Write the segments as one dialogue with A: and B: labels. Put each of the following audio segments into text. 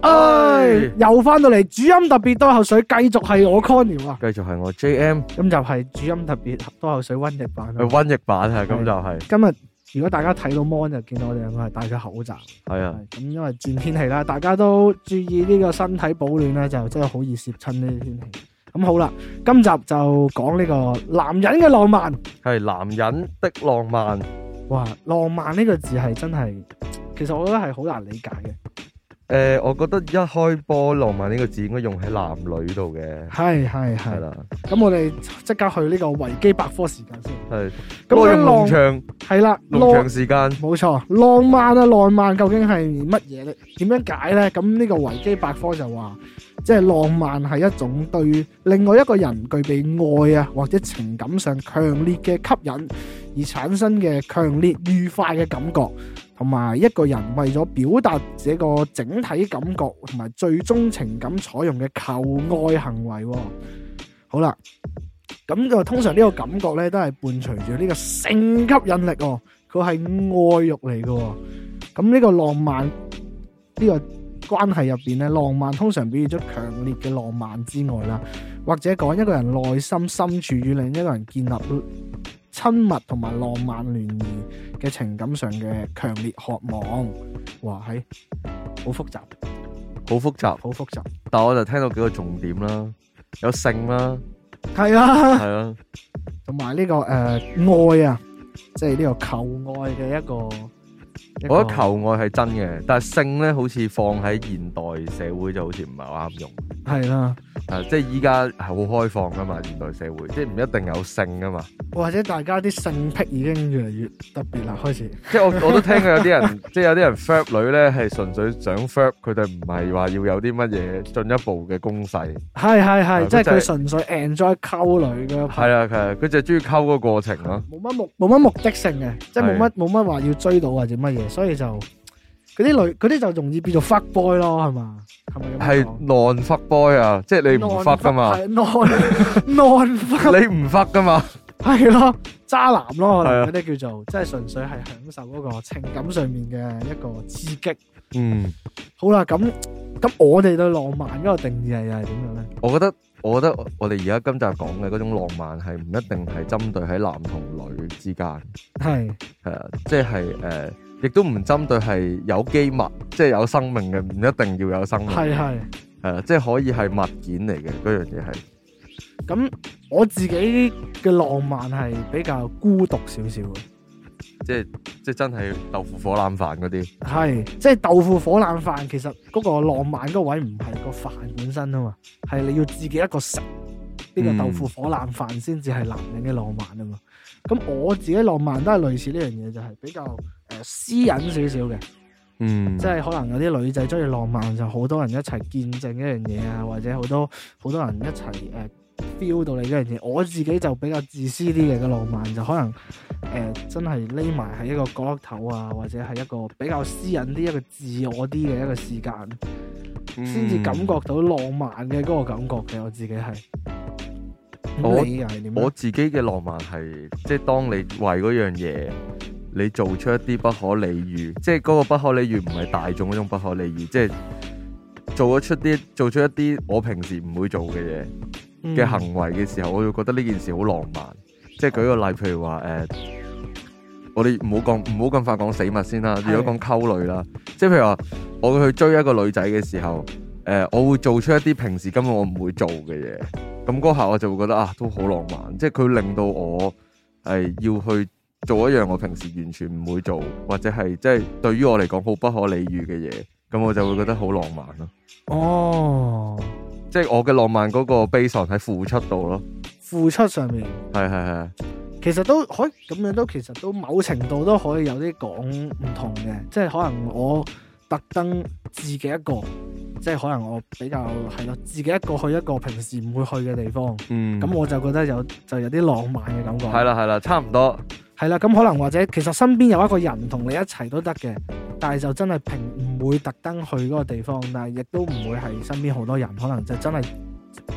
A: 唉，又翻到嚟主音特別多口水，繼續係我 Conny 啊，
B: 繼續係我 J M，
A: 咁就係主音特別多口水瘟疫版啊。
B: 係瘟疫版啊，咁就係
A: 今日如果大家睇到 mon 就見到我哋兩個係戴咗口罩，
B: 係啊，
A: 係咁因為轉天氣啦，大家都注意呢個身體保暖啦，就真係好易攝親呢啲天氣。咁好啦，今集就講呢個男人嘅浪漫。
B: 係男人的浪漫，
A: 哇，浪漫呢個字係真係，其實我覺得係好難理解嘅。
B: 誒，我覺得一開波浪漫呢個字應該用喺男女度嘅，
A: 係係
B: 係
A: 係。
B: 啦，
A: 咁我哋即刻去呢個維基百科時間先。
B: 係。咁
A: 咁
B: 我
A: 樣
B: 用
A: 浪
B: 農場
A: 係啦，
B: 農
A: 浪
B: 場時間，
A: 冇錯，浪漫啊，浪漫究竟係乜嘢咧？點樣解咧？咁呢個維基百科就話，即係浪漫係一種對另外一個人具備愛啊或者情感上強烈嘅吸引而產生嘅強烈愉快嘅感覺，同埋一個人為咗表達這個整體感覺同埋最終情感採用嘅求愛行為喎。好啦。咁就通常呢個感覺咧，都係伴隨住呢個性吸引力喎，佢係愛欲嚟嘅喎。咁呢個浪漫呢、個關係入邊咧，浪漫通常表現咗強烈嘅浪漫之外啦，或者講一個人內心深處與另一個人建立親密同埋浪漫聯誼嘅情感上嘅強烈渴望。哇，係好複雜，
B: 好複雜，
A: 好複雜。
B: 但我就聽到幾個重點啦，有性啦，
A: 係啊。
B: 係啦，
A: 同埋呢個誒、呃愛啊，即係呢個求愛嘅一個，一個
B: 我覺得求愛係真嘅，但係性咧好似放喺現代社會就好似唔係好啱用。
A: 係啦，
B: 啊，即係依家係好開放噶嘛，現代社會，即係唔一定有性噶嘛。
A: 或者大家啲性癖已經越嚟越特別啦，開始
B: 即係我我都聽過有啲人， 即係有啲人 fap 女咧係純粹想 fap，佢哋唔係話要有啲乜嘢進一步嘅攻勢。
A: 係係係，
B: 係
A: 即係
B: 佢
A: 佢
B: 就係
A: 純粹 enjoy 溝女嘅，
B: 係啊，係啊，佢就係中意溝個過程咯。
A: 冇乜目冇乜目的性嘅，即啊係冇
B: 係
A: 乜冇乜話要追到或者乜嘢，所以就嗰啲女嗰啲就容易變做 fuck boy 咯，係嘛？係咪咁
B: 係
A: 講？
B: non fuck boy 啊，即係你唔 fuck 噶嘛，
A: 係 non non fuck
B: 你唔 fuck 噶嘛，
A: 係咯，渣男咯，可能
B: 係啊
A: 嗰啲叫做，即係純粹係享受嗰個情感上面嘅一個刺激。
B: 嗯。
A: 好啦，咁咁我哋對浪漫嗰個定義係又係點樣咧？
B: 我覺得，我覺得我哋而家今集講嘅嗰種浪漫係唔一定係針對喺男同女之間，
A: 係
B: 係啊，即係誒，呃亦都唔針對係有機物，即係有生命嘅，唔一定要有生命。
A: 係係，
B: 係啊啦，即係可以係物件嚟嘅嗰樣嘢係，
A: 咁我自己嘅浪漫係比較孤獨少少嘅，
B: 即係即係真係豆腐火腩飯嗰啲。
A: 係即係豆腐火腩飯，其實嗰個浪漫嗰個位唔係個飯本身啊嘛，係你要自己一個食呢個
B: 嗯
A: 豆腐火腩飯先至係男人嘅浪漫啊嘛。咁我自己浪漫都係類似呢樣嘢，就係比較誒、呃私隱少少嘅。
B: 嗯，
A: 即係可能有啲女仔中意浪漫，就好多人一齊見證一樣嘢啊，或者好多好多人一齊誒 feel 到你呢樣嘢。我自己就比較自私啲嘅嘅浪漫，就可能誒、呃真係匿埋喺一個角落頭啊，或者係一個比較私隱啲、一個自我啲嘅一個時間，先
B: 嗯
A: 至感覺到浪漫嘅嗰個感覺嘅。我自己係，咁
B: 我
A: 你又係點咧？啊
B: 我自己嘅浪漫係，即係當你為嗰樣嘢，你做出一啲不可理喻，即係嗰個不可理喻唔係大眾嗰種不可理喻，即係做咗出啲做出一啲我平時唔會做嘅嘢嘅
A: 嗯
B: 行為嘅時候，我會覺得呢件事好浪漫。即係舉個例，譬如話誒、呃我哋唔好講唔好咁快講死物先啦。
A: 係
B: 如果講溝女啦，即係譬如話我去追一個女仔嘅時候，誒、我會做出一啲平時根本我唔會做嘅嘢。咁嗰下我就會覺得啊，都好浪漫。即係佢令到我係要去做一樣我平時完全唔會做，或者係即係對於我嚟講好不可理喻嘅嘢。咁我就會覺得好浪漫咯。
A: 嗯哦，
B: 即係我嘅浪漫嗰個 base on 喺付出度咯。
A: 付出上面。
B: 係係係。
A: 其實都可以咁樣都其實都某程度都可以有啲講唔同嘅，即係可能我特登自己一個，即係可能我比較係咯，自己一個去一個平時唔會去嘅地方，咁、
B: 嗯
A: 我就覺得有就有啲浪漫嘅感覺。
B: 係，啦係啦，差唔多。
A: 係啦，咁可能或者其實身邊有一個人同你一齊都得嘅，但係就真係平唔會特登去嗰個地方，但係亦都唔會係身邊好多人，可能就真係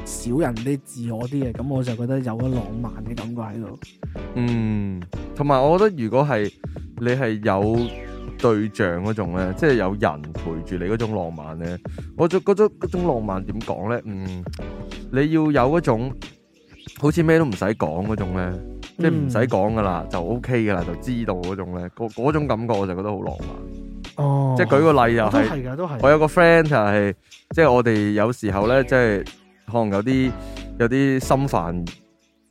A: 少人啲自我啲嘅，咁我就覺得有個浪漫嘅感覺喺度。
B: 嗯，同埋我覺得如果係你係有對象嗰種咧，即係有人陪住你嗰種浪漫咧，我就嗰種嗰種浪漫點講咧？嗯，你要有嗰種好似咩都唔使講嗰種咧，即係唔使
A: 嗯
B: 講噶啦，就 O K 噶啦，就知道嗰種咧，嗰嗰種感覺我就覺得好浪漫。
A: 哦，
B: 即係舉個例又
A: 都
B: 係。
A: 係㗎，都係
B: 我有個 friend 就係即係我哋有時候咧，即係可能有啲有啲心煩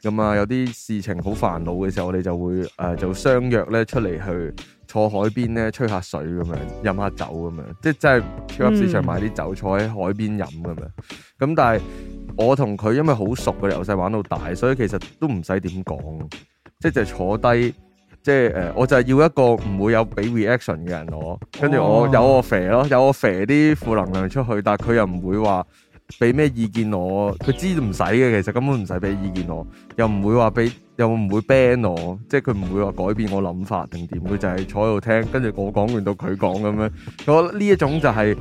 B: 咁啊，有啲事情好煩惱嘅時候，我哋就會誒、呃就相約咧出嚟去坐海邊咧吹下水咁樣，飲下酒咁樣，即係真係超級市場
A: 嗯
B: 買啲酒，坐喺海邊飲咁樣。咁但係我同佢因為好熟嘅，由細玩到大，所以其實都唔使點講，即係就係坐低。即係誒、呃我就係要一個唔會有俾 reaction 嘅人我，跟住我
A: 哦
B: 有我肥咯，有我肥啲負能量出去，但係佢又唔會話俾咩意見我，佢知唔使嘅，其實根本唔使俾意見我，又唔會話俾，又唔會 ban 我，即係佢唔會話改變我諗法定點，佢就係坐喺度聽，跟住我講完到佢講咁樣，我覺得呢一種就係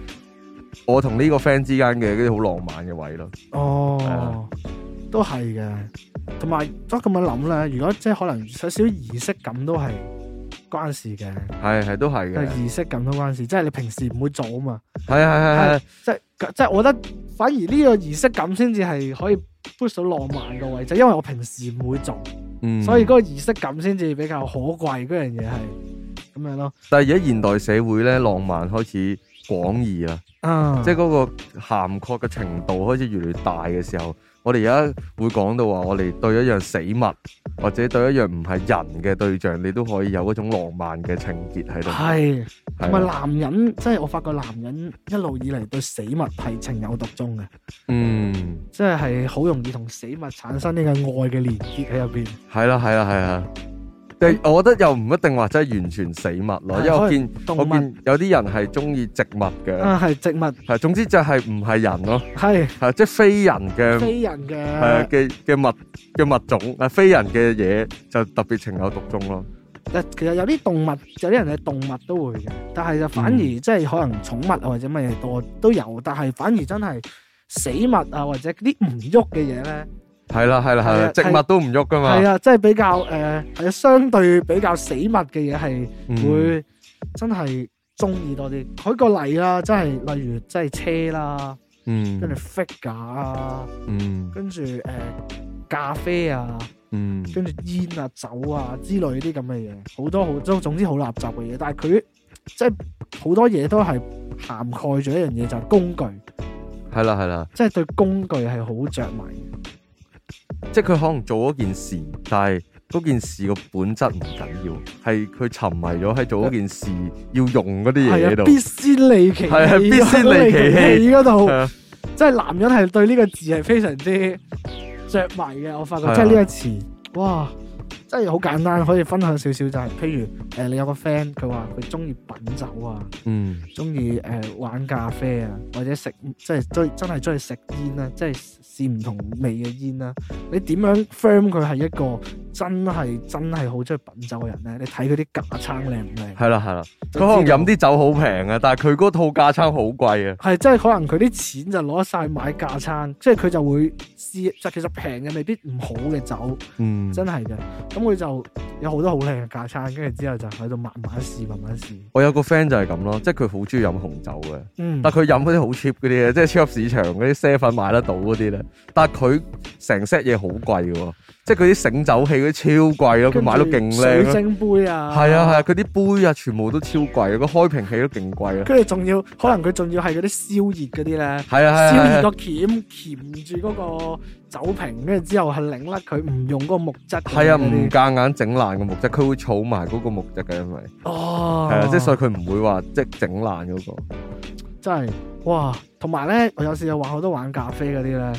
B: 我同呢個 friend 之間嘅嗰啲好浪漫嘅位咯，係
A: 哦
B: 啊，
A: 都係嘅。同埋都咁樣諗咧，如果即係可能有少少儀式感都係關事嘅，
B: 係係都係嘅，
A: 係儀式感都關事，即係你平時唔會做啊嘛。
B: 係係係係
A: 係即係即係，我覺得反而呢個儀式感先至係可以 push 到浪漫嘅位，就因為我平時唔會做，
B: 嗯
A: 所以嗰個儀式感先至比較可貴嗰樣嘢係咁樣咯。
B: 但係而家現代社會咧，浪漫開始廣義啦，
A: 啊，
B: 即係嗰個涵蓋嘅程度開始越嚟越大嘅時候，我哋而家會講到話，我哋對一樣死物或者對一樣唔係人嘅對象，你都可以有嗰種浪漫嘅情結喺度。
A: 係同
B: 係啊
A: 埋
B: 啦，
A: 男人，即係我發覺男人一路以嚟對死物係情有獨鍾嘅，
B: 嗯，
A: 即係係好容易同死物產生呢個愛嘅連結喺入邊。
B: 係啦，係啦，係啦。但係我覺得又唔一定話真係完全死物咯，
A: 係
B: 因為我
A: 可以
B: 見
A: 動
B: 我
A: 物
B: 見呃有啲人係中意植物嘅，
A: 啊，係植物，
B: 係總之就係唔係人咯，
A: 係
B: 係即係非人嘅。
A: 非人
B: 嗯呃係啊
A: 嘅，
B: 嘅嘅物嘅物種啊，非人嘅嘢就特別情有獨鍾咯。
A: 其實有啲動物，有啲人係動物都會嘅，但係就反而
B: 嗯
A: 即係可能寵物啊或者乜嘢多都有，但係反而真係死物啊或者啲唔喐嘅嘢咧，
B: 係啦係啦係
A: 係
B: 啦
A: 啊，
B: 植物都唔喐噶嘛。
A: 係啊，即係比較誒係相對比較死物嘅嘢係
B: 嗯
A: 會真係中意多啲。舉個例啦，真係例如即係車啦，跟住
B: 嗯
A: figure 啊，
B: 嗯
A: 跟住誒咖啡啊。
B: 嗯
A: 跟住煙啊、酒啊之類啲咁嘅嘢，好多好多總之好垃圾嘅嘢。但係佢即係好多嘢都係涵蓋咗一樣嘢，就係、工具，
B: 係啦係啦，
A: 即係對工具係好着迷嘅。
B: 即係佢可能做嗰件事，但係嗰件事個本質唔緊要，係佢沉迷咗喺做嗰件事要用嗰啲
A: 係
B: 嘢
A: 啊
B: 度，。
A: 必先利其器，
B: 係啊必先利其 器
A: 利嗰
B: 係
A: 度，
B: 啊
A: 即係男人係對呢個字係非常之着迷嘅。我發覺
B: 係啊
A: 即係呢個詞，哇！真係好簡單，可以分享少少就係、譬如誒、呃你有個 friend 佢話佢中意品酒啊。
B: 嗯
A: 中意誒玩咖啡啊，或者食即係追真係中意食煙啦，即係試唔同味嘅煙啦。你點樣 firm 佢係一個真係真係好中意品酒嘅人咧？你睇佢啲架撐靚唔靚？
B: 係啦係啦，佢
A: 就
B: 可能
A: 知道
B: 飲啲酒好平啊，但係佢嗰套架撐好貴啊。
A: 係真係可能佢啲錢就攞晒買架撐，即係佢就會試。就其實平嘅未必唔好嘅酒，
B: 嗯
A: 真係嘅。咁佢就有好多好靚嘅架撐，跟住之後就喺度慢慢試，慢慢試。
B: 我有個 friend 就係咁咯，即係佢好中意飲紅酒嘅。
A: 嗯，
B: 但佢飲嗰啲好 cheap 嗰啲嘢，即係超級市場嗰啲啡粉買得到嗰啲咧。但係佢成 set 嘢好貴嘅喎，即係佢啲醒酒器嗰啲超貴咯，佢買到勁
A: 跟住
B: 靚
A: 水
B: 咯。
A: 晶杯啊，
B: 係啊係啊，佢啲杯啊全部都超貴，個開瓶器都勁 貴啊。
A: 跟住仲要，可能佢仲要係嗰啲燒熱嗰啲咧，
B: 係啊係
A: 燒熱
B: 啊係
A: 個
B: 啊，
A: 鉗鉗住嗰個酒瓶，跟住之後係擰甩佢，唔用嗰個木質。
B: 係啊，唔夾硬整爛個木質，佢會儲埋嗰個木質嘅，因為
A: 哦，
B: 係啊，即係所以佢唔會話即係整爛嗰個。
A: 真係哇！同埋咧，我有時又玩好多玩咖啡嗰啲咧，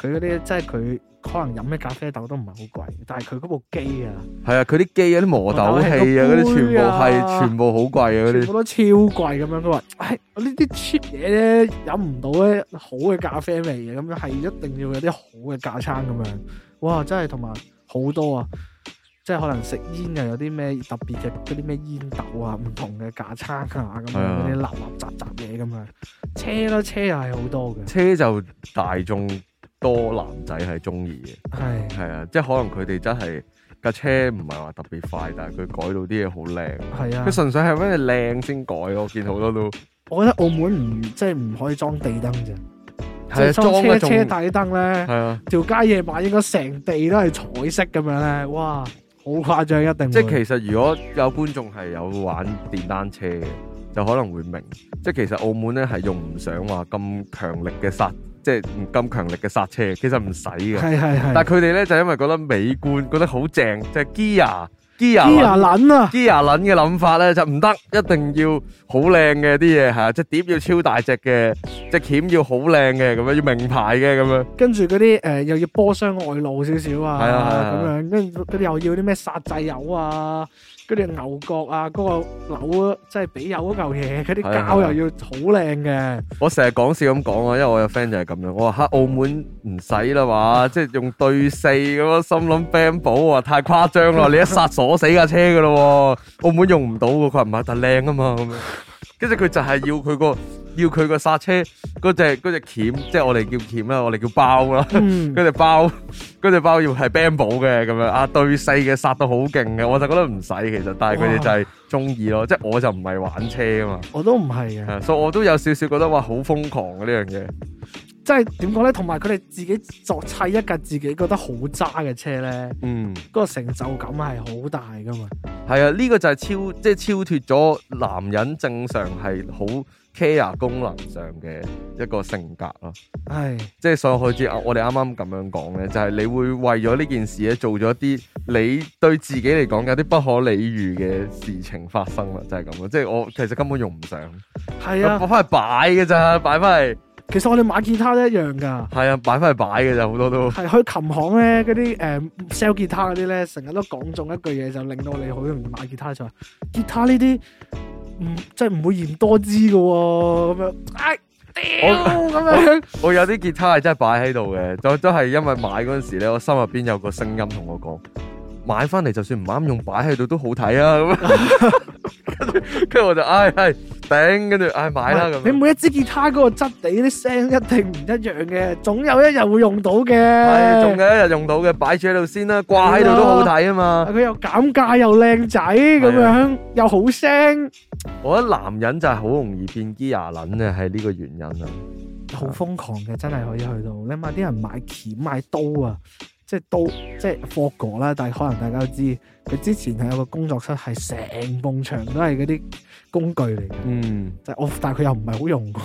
A: 佢嗰啲即係佢可能飲嘅咖啡豆都唔係好貴，但係佢嗰部機啊，
B: 係啊，佢啲機啊、啲磨豆器 啊嗰啲，全部
A: 磨豆器個杯啊
B: 係全部好貴啊嗰
A: 全
B: 啲。
A: 部都超貴咁樣。佢話：，唉，我呢啲 cheap 嘢咧飲唔到咧好嘅咖啡味嘅，咁樣係一定要有啲好嘅架撐咁樣。哇！真係同埋好多啊，即係可能食煙又有啲咩特別嘅嗰啲咩煙斗啊，唔同嘅架撐啊，咁樣
B: 係啊
A: 嗰啲立立雜雜嘢咁樣。車咯，車又係好多嘅，
B: 車就大眾多男仔係中意嘅。
A: 係
B: 係啊，即係可能佢哋真係架車唔係話特別快，但係佢改到啲嘢好靚。
A: 係啊
B: 佢，純粹係因為靚先改咯，我見好多都
A: 我覺得澳門唔即係唔可以裝地燈啫，即
B: 係
A: 係
B: 啊，裝
A: 裝
B: 嗰
A: 車
B: 種
A: 車底燈咧，
B: 係啊，
A: 條街夜晚應該成地都係彩色咁樣咧，哇，好誇張一定會。
B: 即係其實如果有觀眾係有玩電單車嘅，就可能會明。即係其實澳門咧係用唔上話咁強力嘅剎，即係唔咁強力嘅剎車，其實唔使嘅。
A: 係係係。
B: 但係佢哋咧就因為覺得美觀，覺得好正，就係 gear gear
A: 啲人撚啊，
B: gear 撚嘅諗法咧就唔得，一定要好靚嘅啲嘢嚇，隻碟要超大隻嘅，隻鉗要好靚嘅，咁樣要名牌嘅咁樣。
A: 跟住嗰啲誒又要波箱外露少少啊，
B: 係啊係啊
A: 咁樣跟住佢哋又要啲咩煞掣油啊，跟住牛角啊，嗰、個扭啊即係俾油嗰嚿嘢，佢啲
B: 係啊係啊
A: 膠又要好靚嘅，
B: 我成日講笑咁講啊，因為我有 friend 就係咁樣，我話嚇澳門唔使啦嘛，即係用對四咁咯，心諗 Bambo 我話太誇張啦，你一剎鎖死架車噶咯喎，澳門用唔到嘅，佢話唔係，但係靚啊嘛咁樣，跟住佢就係要佢個要佢個剎車嗰隻嗰隻鉗，即係我哋叫鉗啦，我哋叫包啦。
A: 嗯，
B: 嗰隻包，嗰隻包要係 Bambo 嘅咁樣啊，對細嘅殺到好勁嘅，我就覺得唔使其實，但係佢哋就係中意咯，即係我就唔係玩車啊
A: 我都唔係嘅，
B: 嘛，所以我都有少少覺得哇好瘋狂嘅呢樣嘢，
A: 即係點講咧？同埋佢哋自己作砌一架自己覺得好渣嘅車咧，
B: 嗯，
A: 嗰、個成就感係好大噶嘛，
B: 係啊，呢、個就係超即係超脱咗男人正常係好 care 功能上嘅一個性格咯。
A: 唉，
B: 即係上海之
A: 嗯
B: 我哋啱啱咁樣講咧，就係、你會為咗呢件事咧做咗一啲你對自己嚟講有啲不可理喻嘅事情發生啦，就係咁咯。即係我其實根本用唔上，
A: 係啊，
B: 我翻去擺嘅咋，擺翻嚟
A: 其實我哋買吉他都一樣㗎。
B: 係啊，擺翻去擺嘅咋，好多都
A: 係去琴行咧，嗰啲誒 sell 吉他嗰啲咧，成日都講中一句嘢，就令到你好容易買吉他就係吉他呢啲唔即係唔會嫌多支嘅喎，咁樣，哎，屌
B: 我
A: 咁樣，
B: 我有啲吉他係真係擺喺度嘅，就都係因為買嗰陣時咧，我心入邊有個聲音同我講。買翻嚟就算唔啱用，擺喺度都好睇啊！咁樣， 跟住跟住我就唉係頂，跟住唉買啦咁
A: 你
B: 樣。
A: 每一支吉他嗰個質地啲聲一定唔一樣嘅，總有一日會用到嘅。
B: 系，啊仲有一日用到嘅，擺住喺度先啦，掛喺度都好睇啊嘛。
A: 佢又減價又靚仔咁
B: 係啊
A: 樣，又好聲，
B: 我覺得男人就係好容易變機牙撚嘅，係呢個原因啊。
A: 好瘋狂嘅，真係可以去到。你買啲人買鉗買刀啊，即係刀即係霍哥啦，但係可能大家都知，佢之前係有個工作室係成埲牆都係嗰啲工具嚟嘅，
B: 嗯，
A: 就係我但係佢又唔係好用喎。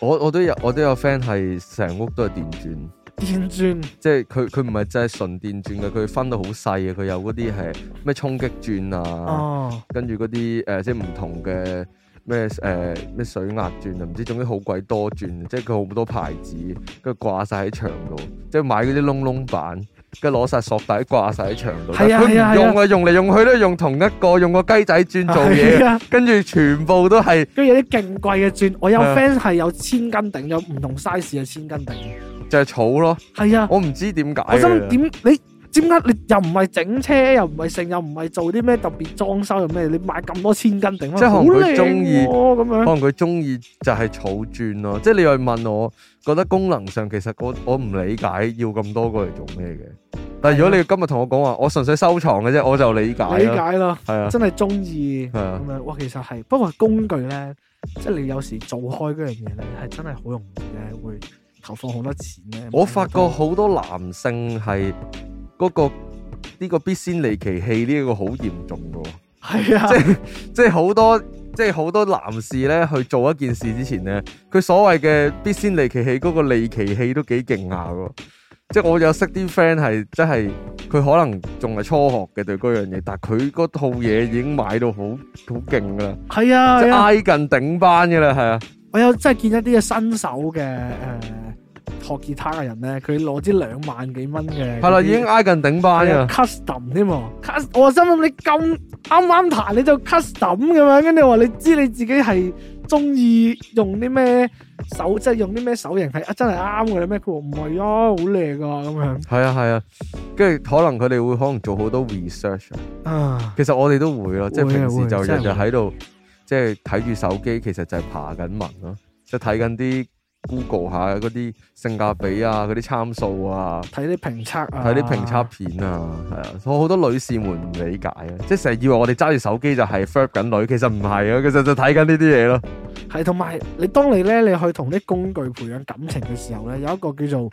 B: 我我都有我都有 friend 係成屋都係電鑽，
A: 電鑽
B: 即係佢佢唔係就係純電鑽嘅，佢分到好細嘅，佢有嗰啲係咩衝擊鑽啊，
A: 哦，
B: 跟住嗰啲誒即係唔同嘅。咩誒咩水壓鑽啊，唔知總之好鬼多鑽，即係佢好多牌子，跟住掛晒喺牆度，即係買嗰啲窿窿板，跟住攞晒索帶掛晒喺牆度。
A: 係啊
B: 但佢唔
A: 係啊係啊
B: 用啊，用嚟用去都係用同一個，用個雞仔鑽做 嘢
A: 係啊，
B: 跟住全部都係
A: 跟住有啲勁貴嘅鑽，我有
B: 係啊
A: friend 係有千斤頂，有唔同 size 嘅千斤頂嘅。
B: 就係草咯。
A: 係啊，
B: 我唔知點解啊
A: 我心
B: 嘅。
A: 諗點你？點解你又唔係整車，又唔係剩，又唔係做啲咩特別裝修，又咩？你買咁多千斤頂，即
B: 即係可能佢鍾意
A: 咁樣
B: 可。能佢中意就係草鑽咯，即係你又問我，覺得功能上其實我我唔理解要咁多個嚟做咩嘅。但係如果你今日同我講話，我純粹收藏嘅啫，我就理解
A: 啊理
B: 啦。
A: 解咯，
B: 係啊，
A: 真係中意
B: 係啊
A: 咁樣。哇，其實係，不過工具咧，即係你有時做開嗰樣嘢咧，係真係好容易咧，會投放好多錢咧。
B: 我發覺好多男性係嗰、個呢、個必先利其器呢一個好嚴重嘅喎。
A: 係啊，
B: 即係即係好多即係好多男士咧去做一件事之前咧，佢所謂嘅必先利其器嗰、個利其器都幾勁下喎。即係我有識啲 friend 係真係佢可能仲係初學嘅對嗰樣嘢，但係佢嗰套嘢已經買到好好勁㗎啦，
A: 係啊，
B: 即
A: 係
B: 係
A: 啊。
B: 挨近頂班㗎啦，係啊，
A: 我有真係見一啲嘅新手嘅誒、學吉他嘅人咧，佢攞支兩萬幾蚊嘅，
B: 係啦，已經挨近頂班㗎
A: 係啊
B: 啦。
A: custom 添喎，cus 我心諗你咁啱啱彈你就 custom 咁樣，跟住話你知你自己係中意用啲咩手，即係用啲咩手型係啊真係啱嘅咩？佢話唔係啊，好靚啊咁樣
B: 係啊係啊，跟住可能佢哋會可能做好多 research 啊
A: 啊，
B: 其實我哋都會咯，即係
A: 會啊
B: 平時
A: 會
B: 就日
A: 真係
B: 日
A: 會
B: 喺度，即係睇住手機，其實就係爬緊文咯，即係睇緊啲 Google 下嗰啲性價比啊，嗰啲參數啊，
A: 睇啲評測啊，
B: 睇啲評測片啊，係啊，我好多女士們唔理解啊，即係成日以為我哋揸住手機就係 flirt 緊女，其實唔係啊，其實就睇緊呢啲嘢咯。
A: 係同埋你當你咧，你去同啲工具培養感情嘅時候咧，有一個叫做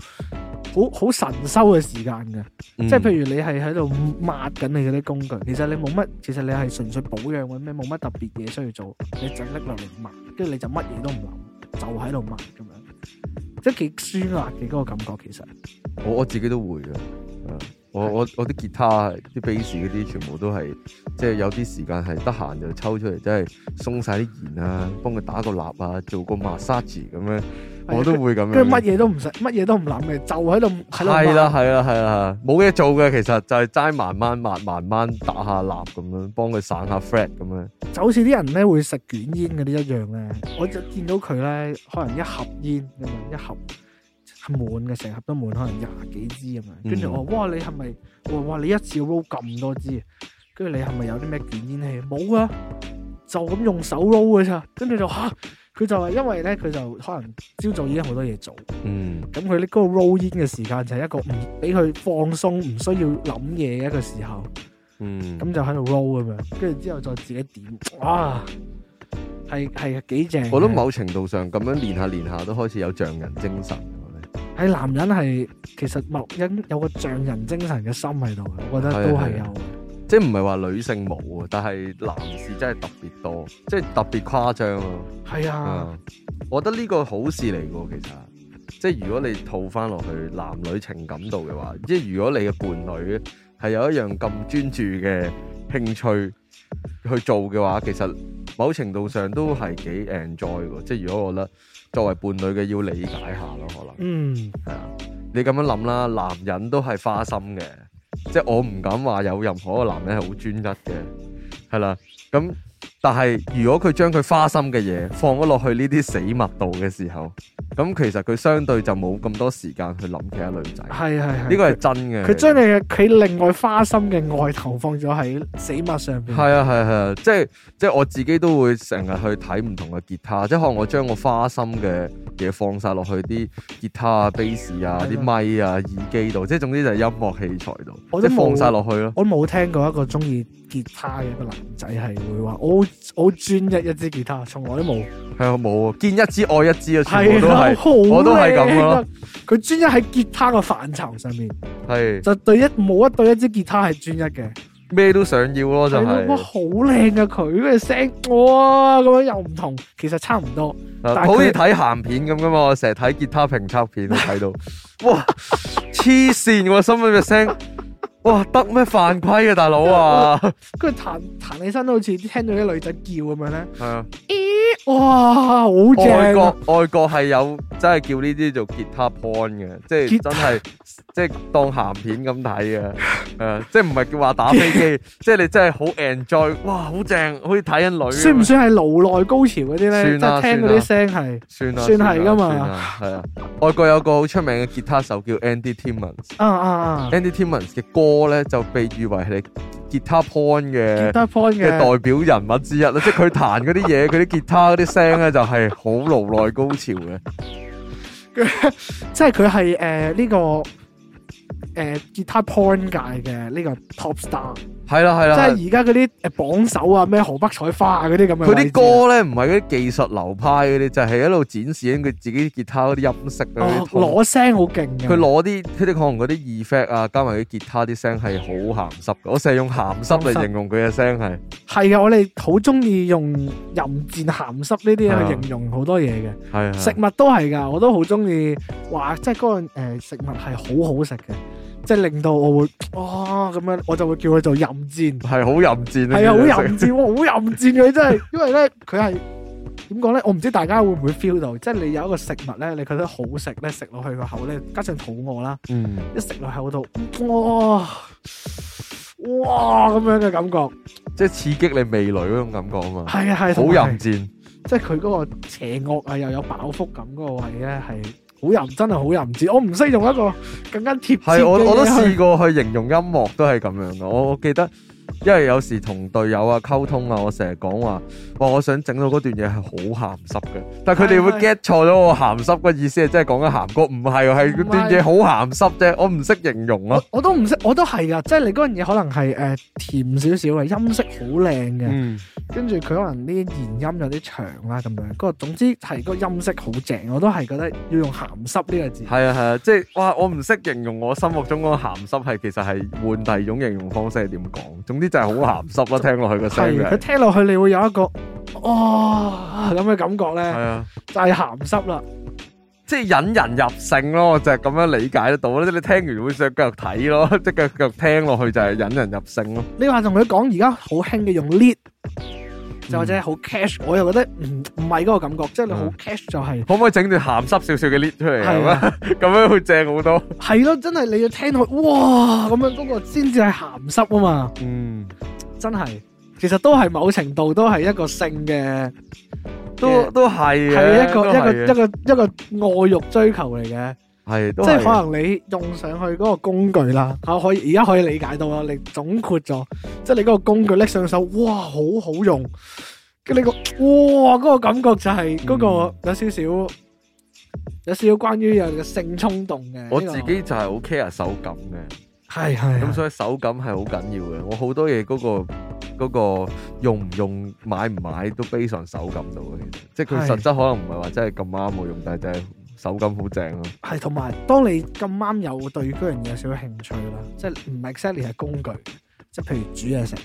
A: 好好神修嘅時間嘅，
B: 即
A: 即係譬如你係喺度抹緊你嗰啲工具，其實你冇乜，其實你係純粹保養或者咩，冇乜特別嘢需要做，你就拎落嚟抹，跟住你就乜嘢都唔諗，就喺度抹咁樣，即係幾舒壓嘅嗰個感覺其實。
B: 我我自己都會嘅，啊我我我啲吉他、啲 bass 嗰啲，全部都係即係有啲時間係得閒就抽出嚟，即係鬆晒啲弦啊，幫佢打個蠟啊，做個 massage 咁樣，
A: 係
B: 我都會咁樣。
A: 跟住乜嘢都唔使，乜嘢都唔諗嘅，就喺度喺度抹
B: 嗯係啦，係啦，係啦，冇嘢做嘅，其實就係齋慢慢抹，慢慢打下蠟咁樣，幫佢散下 flat 咁樣。
A: 就好似啲人咧會食捲煙嗰啲一樣咧，我就見到佢咧，可能一盒煙咁樣，一盒係滿嘅，成盒都滿，可能廿幾支咁樣。跟住我話：哇，你係咪？我話：哇，你一次要撈咁多支？跟住你係咪有啲咩捲煙器？冇啊，就咁用手撈嘅咋。跟住就吓，佢就係因為咧，佢就可能朝早已經好多嘢做，
B: 嗯，
A: 咁佢呢嗰個 roll 煙嘅時間就係一個唔俾佢放鬆，唔需要諗嘢嘅一個時候。
B: 嗯，
A: 咁就喺度 roll 咁樣，跟住之後再自己點，哇，係係幾正嘅。
B: 我覺得某程度上咁樣練下練下都開始有匠人精神㗎咧。
A: 係男人係其實某因有個匠人精神嘅心喺度嘅，我覺得都係有嘅。
B: 即係唔係話女性冇啊，但係男士真係特別多，即係特別誇張咯。
A: 係啊，
B: 啊，我覺得呢個好事嚟嘅喎，其實。即係如果你套翻落去男女情感度嘅話，即係如果你嘅伴侶係有一樣咁專注嘅興趣去做嘅話，其實某程度上都係幾 enjoy 嘅。即係如果我覺得作為伴侶嘅要理解下咯，可能。
A: 嗯，
B: 係啊，你咁樣諗啦，男人都係花心嘅，即係我唔敢話有任何一個男人係好專一嘅，係啦。咁但係如果佢將佢花心嘅嘢放咗落去呢啲死物度嘅時候，咁其實佢相對就冇咁多時間去諗其他女仔。
A: 係係係。
B: 呢個係真嘅。
A: 佢將你嘅佢另外花心嘅愛投放咗喺死物上邊。
B: 係啊係啊係啊，即係即係我自己都會成日去睇唔同嘅吉他，即係可能我將我花心嘅嘢放晒落去啲吉他啊、bass 啊、
A: 係
B: 啲
A: 啊
B: 咪啊、耳機度，即係總之就係音樂器材度，
A: 我
B: 即
A: 都
B: 係
A: 冇啊
B: 放晒落去咯。
A: 我冇聽過一個中意吉他嘅一個男仔係會話我好我好專一一支吉他，從來都冇。
B: 係啊，冇啊，見一支愛一支啊，全
A: 係
B: 部都
A: 啊，
B: 係
A: 好
B: 我都係咁
A: 靚
B: 咯
A: 啊。佢專一喺吉他嘅範疇上面。
B: 係
A: 就對一冇一對一支吉他係專一嘅，
B: 咩都想要咯，就
A: 係咯哇
B: 係
A: 好靚啊佢嘅聲，哇咁樣又唔同，其實差唔多，但係
B: 啊
A: 佢
B: 好似睇鹹片咁噶嘛，我成日睇吉他評測片啊 睇到，哇，黐線喎，心裏嘅聲，哇，得咩犯規啊，大佬 啊，
A: 跟住彈彈起身都好似聽到啲女仔叫咁樣咧，
B: 係啊。
A: 咦哇好
B: 外
A: 正啊，
B: 國外國係有真係叫呢啲做吉他 porn 嘅，即係
A: 吉
B: 真係即係當鹹片咁睇嘅，誒、即係唔係叫話打 飛機，即係你真係好 enjoy，哇，好正，好似睇緊女咁。啊
A: 算唔算係腦內高潮嗰啲咧？
B: 算
A: 即
B: 啦
A: 係聽嗰啲聲係
B: 算啦，
A: 算
B: 啦
A: 係㗎嘛
B: 算啦係啊，外國有個好出名嘅吉他手叫 Andy Timmons，Andy
A: 啊啊啊
B: Timmons 嘅歌咧就被譽為係吉他 porn 嘅。
A: ，guitar point
B: 嘅
A: 嘅，
B: 代表人物之一啦，即係佢彈嗰啲嘢，佢啲吉他嗰啲聲咧就係好腦內高潮嘅。
A: 即係佢係誒呢個誒吉他 point 界嘅呢個 top star，即
B: 係啦係啊啦，
A: 係而家嗰啲誒榜首啊咩河北彩花啊嗰啲咁嘅位
B: 佢
A: 置
B: 啲
A: 啊
B: 歌咧唔係嗰啲技術流派嗰啲，就係、一路展示緊佢自己吉他嗰啲音色啊嗰
A: 哦
B: 啲痛
A: 攞聲好勁嘅，
B: 佢攞啲佢哋可能嗰啲 effect 啊，加埋啲吉他啲聲係好鹹濕嘅。我成日用鹹濕嚟形容佢嘅聲係。
A: 係啊，我哋好中意用淫賤鹹濕呢
B: 啊
A: 啲啊去形容好多嘢嘅，
B: 係
A: 食
B: 係
A: 物都係㗎，我都好中意話，即係嗰樣誒食物係好好食嘅，即係令到我會哦咁樣，我就會叫佢做淫賤，
B: 係好淫賤啊！
A: 係啊，好
B: 呢個
A: 淫賤，哇，好淫賤佢真係，因為咧佢係點講咧，我唔知大家會唔會 feel 到，即係你有一個食物咧，你覺得好食咧，食落去個口咧，加上肚餓啦。
B: 聲嗯，
A: 一食落口度，哇哇咁樣嘅感覺，
B: 即係刺激你味蕾嗰種感覺啊嘛，
A: 係啊係，
B: 好
A: 同埋
B: 淫賤。
A: 即係佢嗰個邪惡啊，又有飽腹感嗰個位咧，係好淫，真係好淫賤。我唔識用一個更加貼切嘅
B: 係我我都
A: 嘢去
B: 試過去形容音樂都係咁樣嘅。我我記得因為有時同隊友啊溝通啊，我成日講話，哇！我想整到嗰段嘢係好鹹濕嘅，但係佢哋會
A: 係係
B: get 錯咗我鹹濕嘅意思係真係講緊鹹哥，唔係喎係
A: 唔係
B: 嗰段嘢好鹹濕啫，我唔識形容咯
A: 我。我都唔識，我都係噶，即係你嗰樣嘢可能係誒、呃甜少少嘅，音色好靚嘅，
B: 嗯，
A: 跟住佢可能啲弦音有啲長啦咁樣，嗰個總之係個音色好正，我都係覺得要用鹹濕呢個字。
B: 係啊係啊，即係哇！我唔識形容我心目中嗰個鹹濕係其實係換第二種形容方式係點講，總之就係好鹹濕啦，聽落去個聲
A: 係佢
B: 嘅。
A: 聽落去，你會有一個哦咁嘅感覺
B: 係
A: 咧，
B: 啊。
A: 就係鹹濕啦。
B: 即係引人入勝咯，我就係咁樣理解得到啦。即係你聽完會想繼續睇咯， 即係繼續聽落去就係引人入勝咯。
A: 你話同佢講而家好興嘅用 lead，就或者係好 cash，我又覺得唔唔係嗰個感覺，即係你好
B: 嗯嗯
A: cash 就係
B: 可唔可以整段鹹濕少少嘅 lift 出嚟
A: 係
B: 咁啊？
A: 啊
B: 咁樣會正好多。
A: 係咯，真係你要聽落去哇咁樣嗰個先至係鹹濕啊嘛，
B: 嗯，
A: 真係其實都係某程度都係一個性嘅，
B: 都都係嘅，
A: 係啊一個
B: 都
A: 一
B: 係啊
A: 個一
B: 嘅
A: 個一個愛欲追求嚟嘅。
B: 係都
A: 即係
B: 係啊
A: 可能你用上去嗰個工具啦，我可以而家可以理解到啦。啊你總括咗，即係你嗰個工具拎上手，哇，好好用。跟住你個哇嗰、個感覺就係嗰個
B: 嗯
A: 有少少、有少少關於有嘅性衝動嘅呢個。
B: 我自己就係好 care 手感嘅，
A: 係係啊
B: 咁
A: 係
B: 所以手感係好緊要嘅。我好多嘢嗰個嗰個用唔用買唔買都 base 上手感度嘅，其實即係佢
A: 係
B: 實質可能唔係話真係咁啱我用，但係就係手感好正咯。
A: 係同埋，當你咁啱有對嗰樣嘢有少少興趣啦，即係唔係 exactly 係工具，即係譬如煮嘢食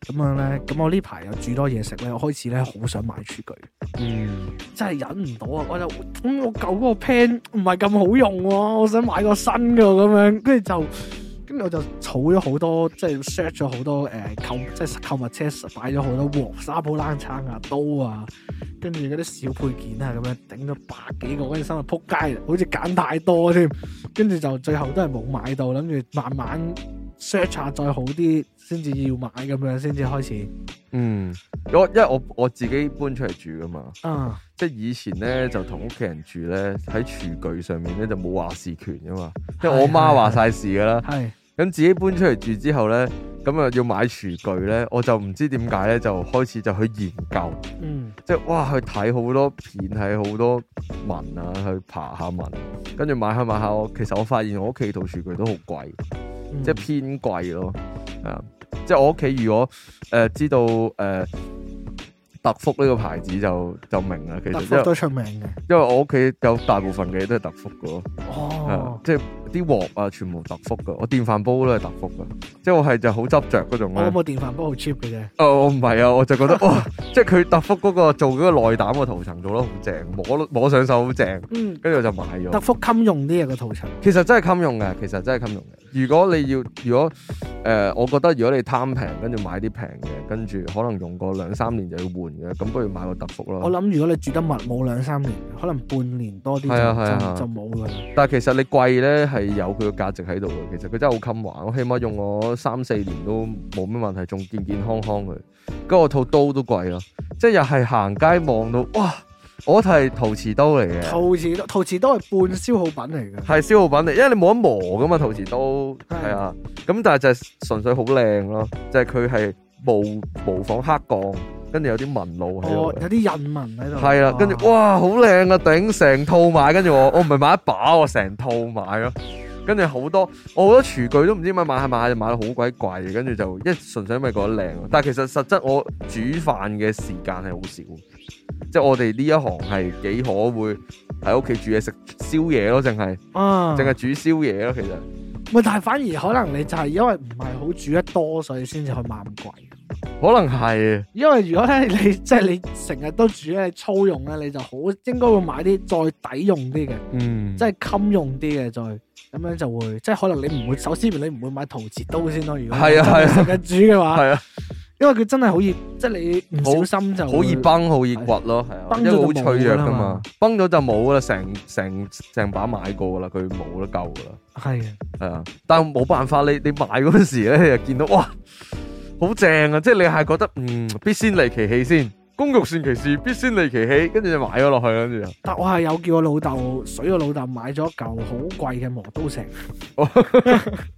A: 咁樣咧。咁我呢排又煮多嘢食咧，我開始咧好想買廚具。
B: 嗯。
A: 真係忍唔到啊！我就咁、我舊嗰個 pen 唔係咁好用喎、我想買個新嘅咁樣，跟住就跟住我就儲咗好多，即係 search 咗好多誒、呃、購即係購物車擺咗好多鑊、沙煲、冷餐啊、刀啊，跟住嗰啲小配件啊咁樣，整咗百幾個，跟住心諗撲街，好似揀太多添，跟住就最後都係冇買到，諗住慢慢 search 下再好啲先至要買咁樣，先至開始
B: 嗯，我因為我我自己搬出嚟住噶嘛，
A: 啊
B: 即係以前咧就同屋企人住咧，喺廚具上面咧就冇話事權噶嘛，即係我
A: 係
B: 媽
A: 係
B: 話
A: 係
B: 晒事噶啦。
A: 係
B: 咁自己搬出嚟住之後咧，咁啊要買廚具咧，我就唔知點解咧就開始就去研究，
A: 嗯
B: 即係哇去睇好多片，睇好多文啊，去爬下文，跟住買下買下，我其實我發現我屋企套廚具都好貴。
A: 嗯
B: 即係偏貴咯，啊！即係我屋企如果誒、呃知道誒、呃特福呢個牌子就就明啦，其
A: 特
B: 實因
A: 福
B: 為
A: 都出名嘅。
B: 因為我屋企有大部分嘅嘢都係特福嘅咯，係啊
A: 哦，
B: 即係啲鑊啊全部特福嘅，我電飯煲都係特福嘅，即係我係就好執着嗰種
A: 我
B: 咧。
A: 冇電飯煲好 cheap 嘅啫，
B: 哦，我唔係啊，我就覺得 哇，即係佢特福嗰個做嗰個內膽個塗層做得好正，摸摸上手好正，
A: 嗯，
B: 跟住我就買咗
A: 德。福襟用啲嘢個套餐，
B: 其實真係襟用嘅，其實真係襟用嘅。如果你要，如果誒、呃我覺得如果你貪平，跟住買啲平嘅，跟住可能用過兩三年就要換嘅，咁不如買個特福
A: 我
B: 咯。
A: 諗如果你住得密冇兩三年，可能半年多啲
B: 係啊係啊
A: 就
B: 係啊
A: 就就冇噶啦。
B: 但係其實你貴呢係有佢嘅價值喺度嘅，其實佢真係好襟玩，我起碼用我三四年都冇咩問題，仲健健康康佢。跟住我套刀都貴咯，即係又係行街望到，哇！我係陶瓷刀嚟嘅。
A: 陶瓷都陶瓷都係半消耗品嚟嘅，
B: 係消耗品嚟，因為你冇得磨噶嘛，陶瓷刀係啊，咁但係就係純粹好靚咯，就係佢係模模仿黑鋼，跟住有啲紋路喺
A: 哦
B: 度，嘅，
A: 有啲印紋喺度。
B: 係啦，跟住哇好靚啊，頂成套買，跟住我我唔係買一把，我成套買咯，跟住好多我好多廚具都唔知點解買下買下就買到好鬼貴，跟住就一純粹因為覺得靚，啊但係其實實質我煮飯嘅時間係好少。即係我哋呢一行係幾可會喺屋企煮嘢食宵夜咯，淨係。
A: 啊，
B: 淨係煮宵夜咯，其實
A: 喂，但係反而可能你就係因為唔係好煮得多，所以先至去買咁貴。
B: 可能係
A: 因為如果咧你即係你成日都煮咧，你粗用咧，你就好應該會買啲再抵用啲嘅。
B: 嗯，
A: 即係襟用啲嘅，再咁樣就會，即係可能你唔會，首先你唔會買陶瓷刀先咯。如果
B: 係啊係啊
A: 成日煮嘅話，
B: 係啊，
A: 因為佢真係好易，即係你唔小心就
B: 好易
A: 崩。
B: 崩，好易掘咯，係啊，
A: 崩
B: 因
A: 咗
B: 為
A: 就
B: 好脆弱
A: 冇㗎
B: 噶
A: 啦
B: 嘛
A: 嘛，
B: 崩咗就冇噶啦，成成成把買過噶啦，佢冇得救噶啦，
A: 係啊，
B: 係啊，但係冇辦法，你你買嗰陣時咧，就見到哇，好正啊，即係你係覺得嗯，必先利其器先。工欲善其事，必先利其器，跟住就買咗落去，跟住就
A: 但我係有叫我老豆，水我老豆買咗嚿好貴嘅磨刀石，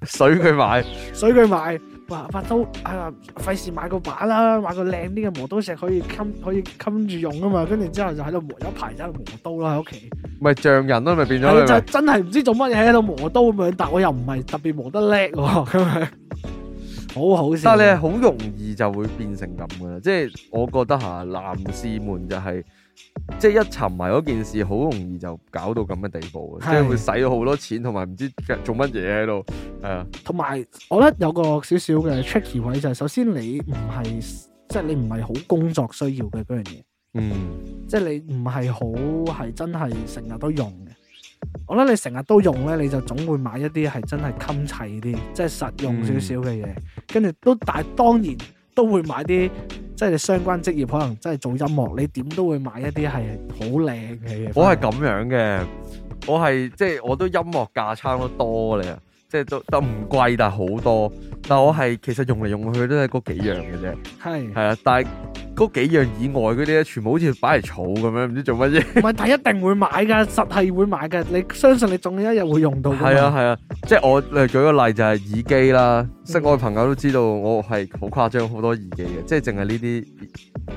B: 水佢買，
A: 水佢買，話把刀啊，費事買個把啦，買個靚啲嘅磨刀石可以襟可以襟住用啊嘛，跟住之後就喺度磨，有排就喺度磨刀啦喺屋企，
B: 咪匠人咯，咪變咗
A: 係
B: 你
A: 就
B: 咪
A: 真係唔知做乜嘢喺度磨刀咁樣，但我又唔係特別磨得叻喎， 咁樣好好笑
B: 但。係你係好容易就會變成咁噶啦，即係我覺得嚇男士們就係、即係一沉迷嗰件事，好容易就搞到咁嘅地步嘅，即
A: 係
B: 係會使咗好多錢，同埋唔知做乜嘢喺度，係啊，
A: 同埋我覺得有個少少嘅 tricky 位就係，首先你唔係即係你唔係好工作需要嘅嗰樣嘢，
B: 嗯，
A: 即係你唔係好係真係成日都用嘅。我覺得你成日都用咧，你就總會買一啲係真係襟砌啲，即係實用少少嘅
B: 嗯
A: 嘢。跟住都但係當然都會買啲即係你相關職業可能真係做音樂，你點都會買一啲係好靚嘅嘢。
B: 我係咁樣嘅，我係即係我都音樂架撐都多你啊，即係都都唔貴，但係好多，但我係其實用嚟用去都係嗰幾樣嘅啫，
A: 係
B: 係啊，但係嗰幾樣以外嗰啲咧，全部好似擺嚟儲咁樣，唔知做乜嘢。
A: 唔係？但係一定會買㗎，實係會買㗎。你相信你總有一日會用到㗎嘛。
B: 係啊係啊，即係我誒舉個例就係耳機啦，識我嘅朋友都知道我係好誇張好多耳機嘅，即係淨係呢啲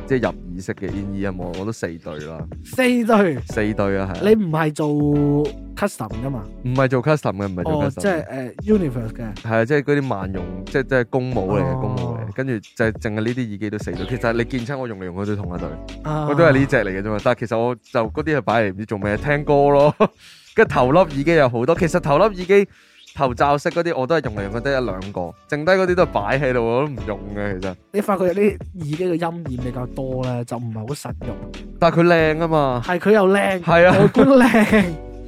B: 即係入耳式嘅 in ear 音我我都四對啦，
A: 四對。
B: 四對啊係
A: 你唔
B: 啊，
A: 係做 custom 噶嘛？
B: 唔係做 custom 嘅，唔係做
A: 哦，即
B: custom，
A: 係誒 universe 嘅。
B: 係啊，即係嗰啲萬用，即係即係公舞嚟嘅
A: 哦
B: 公舞嚟嘅，跟住就係淨係呢啲耳機都四對，其實你見親我用嚟用去都同一對，
A: 我
B: 我都係呢只嚟嘅啫嘛，但係其實我就嗰啲係擺嚟唔知做咩，聽歌咯， 跟住頭粒耳機有好多，其實頭粒耳機頭罩式嗰啲我都係用嚟用去得一兩個，剩低嗰啲都係擺喺度我都唔用嘅其實，
A: 你發覺有啲耳機嘅陰影比較多咧，就唔係好實 用。
B: 但係佢靚啊嘛，
A: 係佢又靚，
B: 係啊
A: 外觀 靚，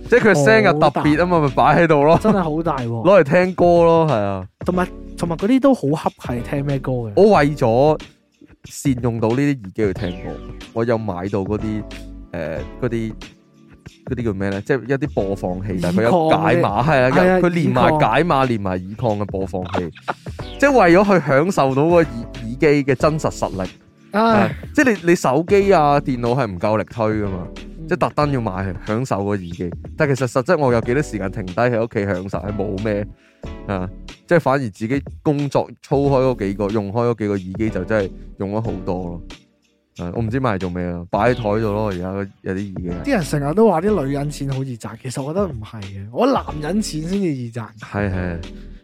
B: 即係佢聲又特別啊嘛，咪擺喺度咯，
A: 真係好大喎。
B: 攞嚟聽歌咯，係啊，
A: 同埋同埋嗰啲都好恰係聽咩歌嘅。
B: 我為咗善用到呢啲耳機去聽歌，我有買到嗰啲誒嗰啲。嗰啲叫咩咧？即係一啲播放器，但係佢有
A: 耳擴
B: 解碼，係啊，
A: 係啊
B: 有佢連埋
A: 耳擴
B: 解碼，連埋耳擴嘅播放器，即係為咗去享受到個耳耳機嘅真實實力。
A: 唉，
B: 係即係你你手機啊、電腦係唔夠力推噶嘛，
A: 即
B: 即係特登要買去享受個耳機。但係其實實質我有幾多時間停低喺屋企享受係冇咩啊，即係反而自己工作操開嗰幾個，用開嗰幾個耳機就真係用咗好多咯。啊我唔知買嚟做咩啊，擺喺台度咯。而家有啲耳機係。
A: 啲人成日都話啲女人錢好易賺，其實我覺得唔係嘅，我覺得男人錢先至易賺。
B: 係啊係，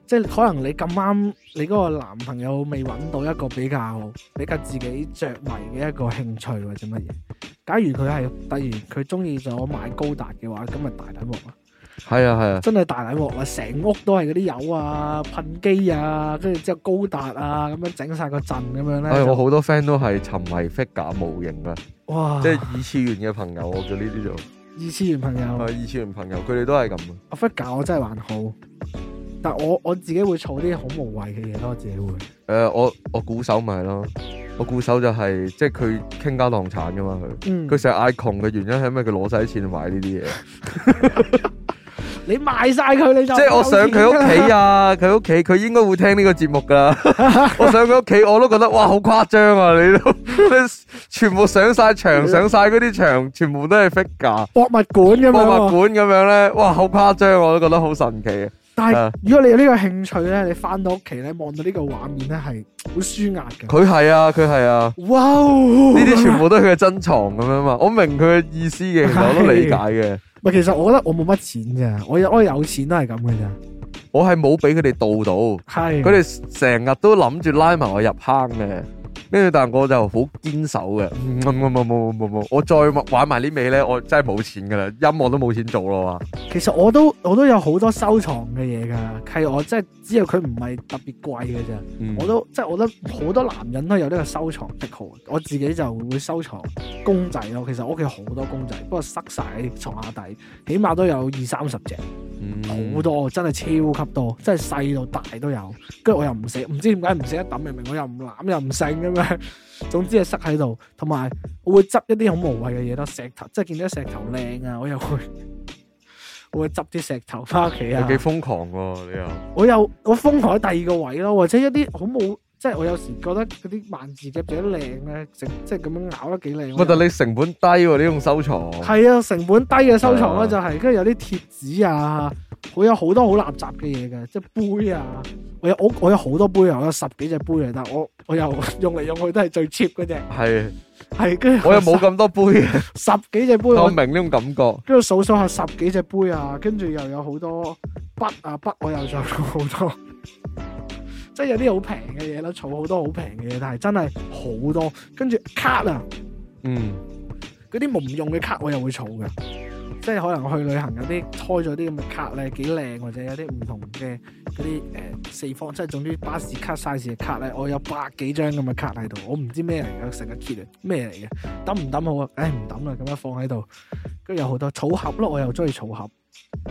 A: 即係可能你咁啱，你嗰個男朋友未揾到一個比較比較自己着迷嘅一個興趣或者乜嘢。假如佢係突然佢中意咗買高達嘅話，咁咪大底鑊啦，
B: 係啊係啊，
A: 真係大底鑊啦！成屋都係嗰啲油啊、噴機啊，跟住之後高達啊咁樣整晒個陣咁樣咧，
B: 唉，哎我
A: 就
B: 好多 friend 都係沉迷 figure 模型噶，
A: 哇！
B: 即係二次元嘅朋友，我叫呢啲做，
A: 二次元朋
B: 啊
A: 友，
B: 二次元朋友，佢哋都係咁啊。
A: 我 figure 我真係還好，但我我自己會儲啲好無謂嘅嘢咯，我自己會
B: 誒、我我鼓手咪係咯，我鼓手就係、即係佢傾家蕩產噶嘛佢。
A: 嗯
B: 佢，成日嗌窮嘅原因係因為佢攞晒啲錢去買呢啲嘢，
A: 你賣晒佢你就
B: 即係我上佢屋企
A: 啊，
B: 啊，佢屋企佢應該會聽呢個節目 㗎。我上佢屋企我都覺得哇好誇張啊！你都你全部上晒
A: 嗯
B: 牆，上晒嗰啲牆，全部都係 figure
A: 博物館咁樣
B: 博
A: 喎
B: 物館咁樣咧，哇好誇張，我都覺得好神奇啊！
A: 但
B: 啊
A: 係如果你有呢個興趣咧，你翻到屋企咧，望到呢個畫面咧係好舒壓嘅。
B: 佢係啊，佢係啊。
A: 哇哦！
B: 呢啲全部都係佢嘅珍藏咁樣嘛，我明佢嘅意思嘅，其實我都理 解嘅。
A: 唔係，其實我覺得我冇乜錢嘅，我有我有錢都係咁嘅咋。
B: 我係冇俾佢哋盜到，
A: 係
B: 佢哋成日都諗住拉埋我入坑嘅，跟住但我就好堅守嘅，嗯冇冇冇冇冇冇，我再玩埋呢味咧，我真係冇錢噶啦，音樂都冇錢做咯哇！
A: 其實我都我都有好多收藏嘅嘢㗎，係我即係只要佢唔係特別貴嘅啫。
B: 嗯
A: 我都即係我覺得好多男人都有呢個收藏癖好，我自己就會收藏公仔咯。其實我屋企好多公仔，不過塞晒喺床下底，起碼都有二三十隻。好多，真係超級多，真係細到大都有。跟住我又唔捨，唔知點解唔捨得抌，明明我又唔攬又唔剩咁樣。 總之係塞喺度，同埋我會執一啲好無謂嘅嘢咯，石頭，即係見到石頭靚啊，我又會 我會執啲石頭翻屋企
B: 有
A: 啊
B: 幾。瘋狂喎，你又
A: 我又我瘋狂喺第二個位咯，或者一啲好冇，即係我有時覺得嗰啲萬字夾寫得靚咧，整即係咁樣咬得幾靚。啊
B: 喂，但你成本低喎，呢種收藏，
A: 係啊，成本低嘅收藏
B: 係啊
A: 啦，就係跟住有啲貼紙啊，好會有好多好垃圾嘅嘢嘅，即係杯啊，我有我我有好多杯啊，我有十幾隻杯啊，但我我又 用嚟用去都係最 cheap 嗰只，
B: 係，
A: 係跟住
B: 我又冇咁多杯嘅，
A: 十十幾隻杯
B: 我
A: 我
B: 明呢種感覺。
A: 跟住數數下十幾隻杯啊，跟住又有好多筆啊，筆我又上咗好多，即係有啲好平嘅嘢啦，儲好多好平嘅嘢，但係真係好多。跟住卡啊，
B: 嗯，
A: 嗰啲冇用嘅卡我又會儲嘅，即係可能去旅行有啲開咗啲咁嘅卡咧幾靚，或者有啲唔同嘅嗰啲誒四方，即係總之巴士卡 size 嘅卡咧，我有百幾張咁嘅卡喺度，我唔知咩嚟嘅，成日揭啊咩嚟嘅，抌唔抌好啊？唉唔抌啦，咁樣放喺度，跟住有好多草盒咯，我又中意草盒。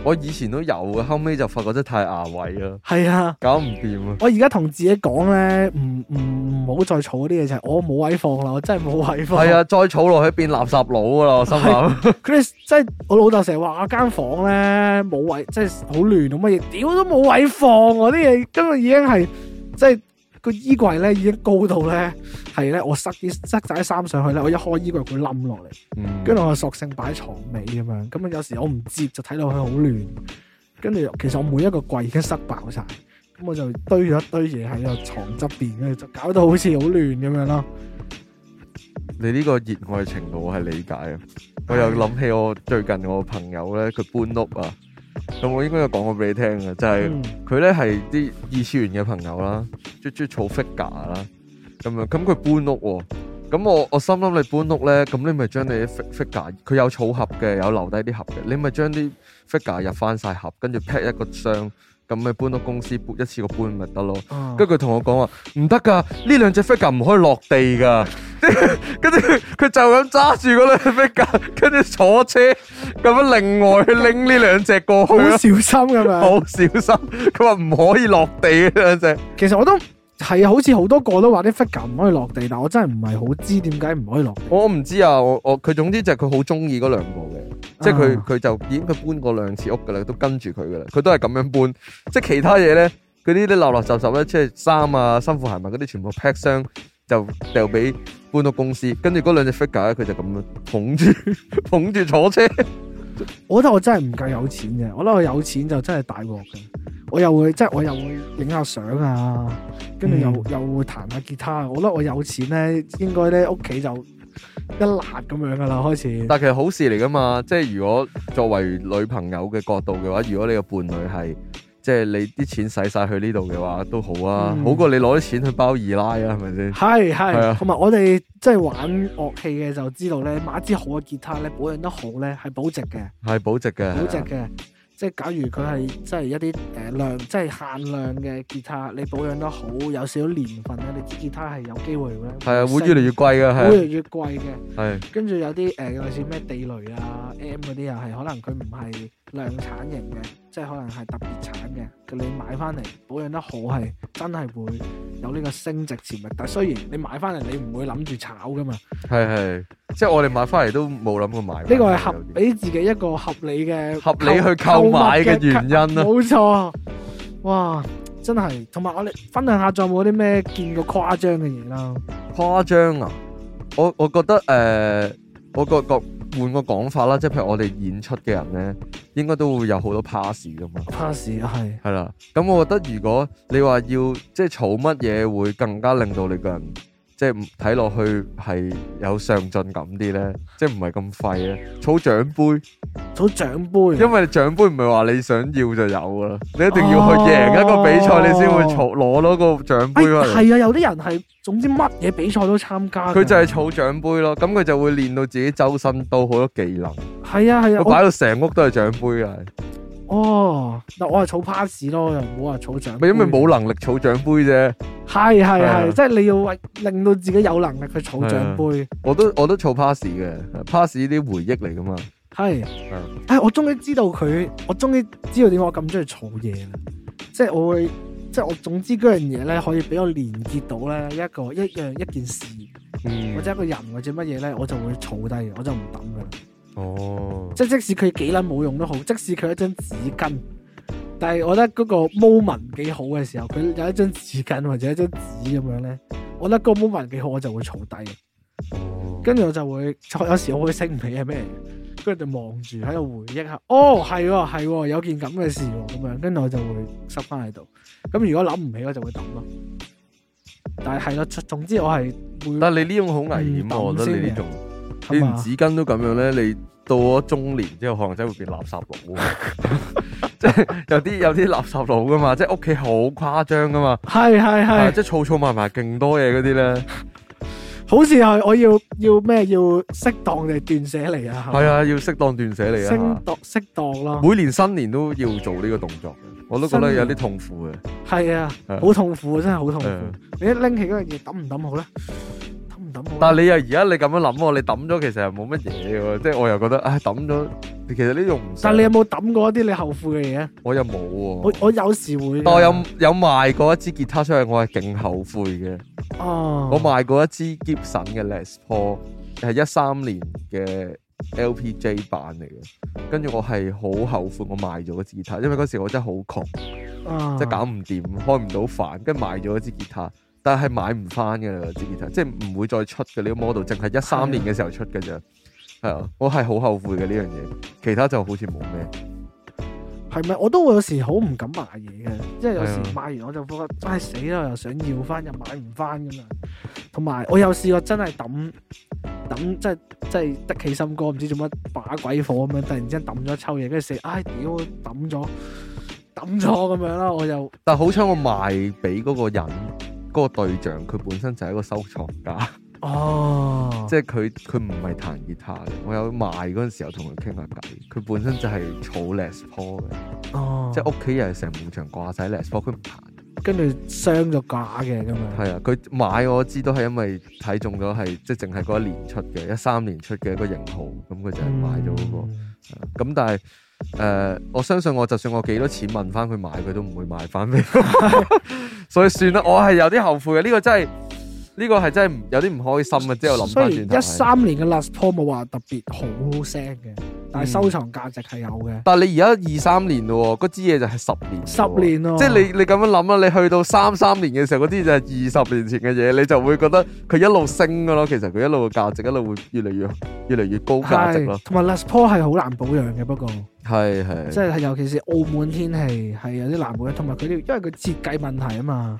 B: 我以前都有嘅，後尾就發覺真係太牙位啦，
A: 係啊，
B: 搞唔掂啊。
A: 我而家同自己講咧，唔唔唔好再儲嗰啲嘢就係我冇位放啦，我真係冇位放。
B: 係，啊，再儲落去變垃圾佬噶啦，我心諗。
A: 佢哋真係我老豆成日話我間房咧冇位，即係好亂咁乜嘢，屌都冇位放我啲嘢，今日已經係即係個衣櫃咧已經高到咧係咧，我塞啲塞晒啲衫上去咧，我一開衣櫃佢冧落嚟。
B: 嗯
A: 跟住我索性擺喺床尾咁樣，咁啊有時我唔接就睇落去好亂，跟住其實我每一個櫃已經塞爆晒，咁我就堆咗一堆嘢喺個床側邊，跟住就搞到好似好亂咁樣咯。
B: 你呢個熱愛程度我係理解啊！我又諗起我最近我朋友咧，佢搬屋啊，咁我應該有講過俾你聽嘅，就係啊
A: 嗯
B: 佢咧係啲二次元嘅朋友啦，最中意儲 figure 啦，咁樣咁佢搬屋喎、咁我我心諗你搬屋咧，咁你咪將你啲 fig- figure，佢有儲盒嘅，有留低啲盒嘅，你咪將啲 figure 入翻晒盒，跟住 pack 一個箱，咁咪搬屋公司搬一次過搬咪得咯。
A: 啊
B: 跟住佢同我講話唔得㗎，呢兩隻 figure 唔可以落地㗎。 跟住佢就咁揸住嗰兩隻 figure，跟住坐車咁樣另外去拎呢兩隻過去
A: 好
B: 咯
A: 小心咁樣。
B: 好小心。佢話唔可以落地嘅兩隻。
A: 其實我都係啊，好似好多個都話啲 figure 唔可以落地，但我真係唔係好知點解唔可以落地。
B: 我唔知啊，我我佢總之就係佢好中意嗰兩個嘅，即係佢
A: 啊
B: 佢就已經佢搬過兩次屋㗎啦，都跟住佢㗎啦，佢都係咁樣搬。即係其他嘢咧，佢呢啲垃垃雜雜咧，即係衫啊、衫褲鞋襪嗰啲，全部 pack 箱就掉俾搬屋公司，跟住嗰兩隻 figure 咧，佢就咁樣捧住 捧住坐車。
A: 我覺得我真係唔夠有錢嘅，我覺得我有錢就真係大鑊嘅。我又會即係我又會影下相啊，跟住又、
B: 嗯
A: 又會彈下吉他啊。我覺得我有錢咧，應該咧屋企就一辣咁樣噶啦，開始。
B: 但其實好事嚟噶嘛，即係如果作為女朋友嘅角度嘅話，如果你嘅伴侶係即係你啲錢使晒去呢度嘅話，都好啊，
A: 嗯
B: 好過你攞啲錢去包二奶啊，係咪先？
A: 係
B: 係啊
A: 係，同埋我哋即係玩樂器嘅就知道咧，買一支好嘅吉他咧，保養得好咧係保值嘅，
B: 係啊保值嘅，
A: 保值嘅。即係假如佢係即係一啲誒量，即係限量嘅吉他，你保養得好，有少少年份咧，你支吉他係有機會咧
B: 係啊，會越嚟越貴嘅，
A: 升會
B: 係
A: 越嚟越貴嘅。
B: 啊係
A: 跟住有啲誒、呃、類似咩地雷啊、M 嗰啲又係可能佢唔係量產型嘅，即係可能係特別產嘅，佢你買翻嚟保養得好係真係會有呢個升值潛力。但係雖然你買翻嚟你唔會諗住炒噶嘛，呢
B: 係係，即係我哋買翻嚟都冇諗過買返嚟。
A: 個係合
B: 啊有啲
A: 俾自己一個合理嘅
B: 合理去購買嘅原因啦。
A: 冇錯，哇！真係，同埋我哋分享下仲有冇啲咩見過誇張嘅嘢啦？
B: 誇張啊！我我覺得誒、呃我個個換個講法啦，即係譬如我哋演出嘅人咧，應該都會有好多 pass 噶嘛。
A: pass 係
B: 啊係啦，咁我覺得如果你話要即係儲乜嘢會更加令到你個人即係唔睇落去係有上進感啲咧，即係唔係咁廢咧？儲獎杯，
A: 做獎杯啊
B: 因，為獎杯唔係話你想要就有噶啦，你一定
A: 哦
B: 要去贏一個比賽，你先會儲攞到個獎
A: 哎
B: 杯翻嚟。
A: 係啊，有啲人係總之乜嘢比賽都參加㗎，
B: 佢就係儲獎杯咯，咁佢就會練到自己周身刀好多技能，
A: 係啊係啊，
B: 佢
A: 我
B: 擺到成屋都係獎杯啊！
A: 哦，嗱，我係儲 pass 咯，又唔好話儲獎
B: 咪
A: 杯。
B: 因為冇能力儲獎杯啫，
A: 係係
B: 係啊啊
A: 係，即係你要為令到自己有能力去儲獎杯。
B: 我都我都儲 pass 嘅，pass 啲回憶嚟噶嘛。
A: 係
B: 啊，
A: 唉，我終於知道佢，我終於知道點解我咁中意儲嘢啦。即係我會，即係我總之嗰樣嘢咧，可以俾我連結到咧一個一樣一件事，
B: 嗯
A: 或者一個人或者乜嘢咧，我就會儲低嘅，我就唔抌噶啦。
B: 哦，
A: 即係即使佢幾撚冇用都好，即使佢一張紙巾，但係我覺得嗰個 moment 幾好嘅時候，佢有一張紙巾或者一張紙咁樣咧，我覺得嗰個哦 moment 幾好，我就會儲低，跟住我就會，有時我會醒唔起係咩嚟嘅，跟住就望住喺度回憶下，哦係喎係喎，有件咁嘅事喎咁樣，跟住我就會塞翻喺度。咁如果諗唔起我就會抌咯。但係係咯，總之我係會
B: 但係你呢種好危險喎，
A: 嗯
B: 我覺得你呢種，你
A: 係
B: 連
A: 嘛，
B: 紙巾都咁樣咧，你到咗中年之後，可能真係會變垃圾佬喎。 即係有啲有啲垃圾佬噶嘛，即係屋企好誇張噶嘛，
A: 係係
B: 係
A: 係，
B: 即係儲儲埋埋勁多嘢嗰啲咧，
A: 好似係我要要咩要適當地斷捨離啊，
B: 係啊，要適當斷捨離啊
A: 適。當適當咯，
B: 每年新年都要做呢個動作，我都覺得有啲痛苦嘅。
A: 係啊，
B: 係
A: 好痛苦啊，真係好痛
B: 係啊
A: 苦。你一拎起嗰樣嘢抌唔抌好咧？抌唔抌好呢？
B: 但係你又而家你咁樣諗喎，你抌咗其實又冇乜嘢喎，即係我又覺得，唉抌咗，其實呢種唔使，
A: 但你有冇抌過一啲你後悔嘅嘢啊？
B: 我又冇喎
A: 我。我有時會㗎，
B: 但我哦有有賣過一支吉他出去，我係勁後悔嘅。
A: 哦，
B: 我賣過一支 Gibson 嘅 Les Paul，係一三年嘅 LPJ 版嚟嘅。跟住我係好後悔，我賣咗嗰支吉他，因為嗰時我真係好窮，
A: 啊
B: 即係搞唔掂，開唔到飯，跟住賣咗嗰支吉他。但係買唔翻嘅啦，嗰支吉他即係唔會再出嘅呢個 model，淨係一
A: 啊
B: 三年嘅時候出嘅啫。係啊，我係好後悔嘅呢樣嘢，其他就好似冇咩。
A: 係咪？我都會有時好唔敢買嘢嘅，即係有時
B: 係啊
A: 買完我就覺得唉死啦，我又想要翻又買唔翻咁樣。同埋我有試過真係抌抌，即係即係得起心肝，唔知做乜把鬼火咁樣，突然之間抌咗一抽嘢，跟住死唉屌抌咗抌咗咁樣啦，我又
B: 但好彩我賣俾嗰個人，嗰、個對象佢本身就係一個收藏家。
A: 哦，
B: 即係佢佢唔係彈吉他嘅，我有賣嗰陣時候同佢傾下偈，佢本身就係儲 Les Paul 嘅，
A: 哦，
B: 即係屋企又係成埲牆掛晒 Les Paul，佢唔彈。
A: 跟住傷咗架嘅咁樣。
B: 係啊，佢買我知都係因為睇中咗係即係淨係嗰一年出嘅，一三年出嘅一個型號，咁佢就係買咗嗰、個。
A: 嗯
B: 咁、但係誒、呃我相信我就算我幾多錢問翻佢買，佢都唔會買翻俾我。 所以算啦，我係有啲後悔嘅，呢、個真係呢、個係真係唔有啲唔開心啊！之後諗
A: 雖
B: 翻轉頭
A: 然一
B: 係。
A: 三年嘅 Last Paul 冇話特別好聲嘅，但係
B: 嗯
A: 收藏價值係有嘅。
B: 但你而家二三年咯喎，嗰支嘢就係十年，
A: 十，年哦咯，
B: 哦即係你你咁樣諗啦，你去到三三年嘅時候，嗰啲就係二十年前嘅嘢，你就會覺得佢一路升噶咯。其實佢一路嘅價值一路會越嚟越越嚟越高價值咯
A: 係。同埋 Les Paul 係好難保養嘅，不過即
B: 係係，
A: 係尤其是澳門天氣係有啲難保養，同埋佢啲因為佢設計問題啊嘛，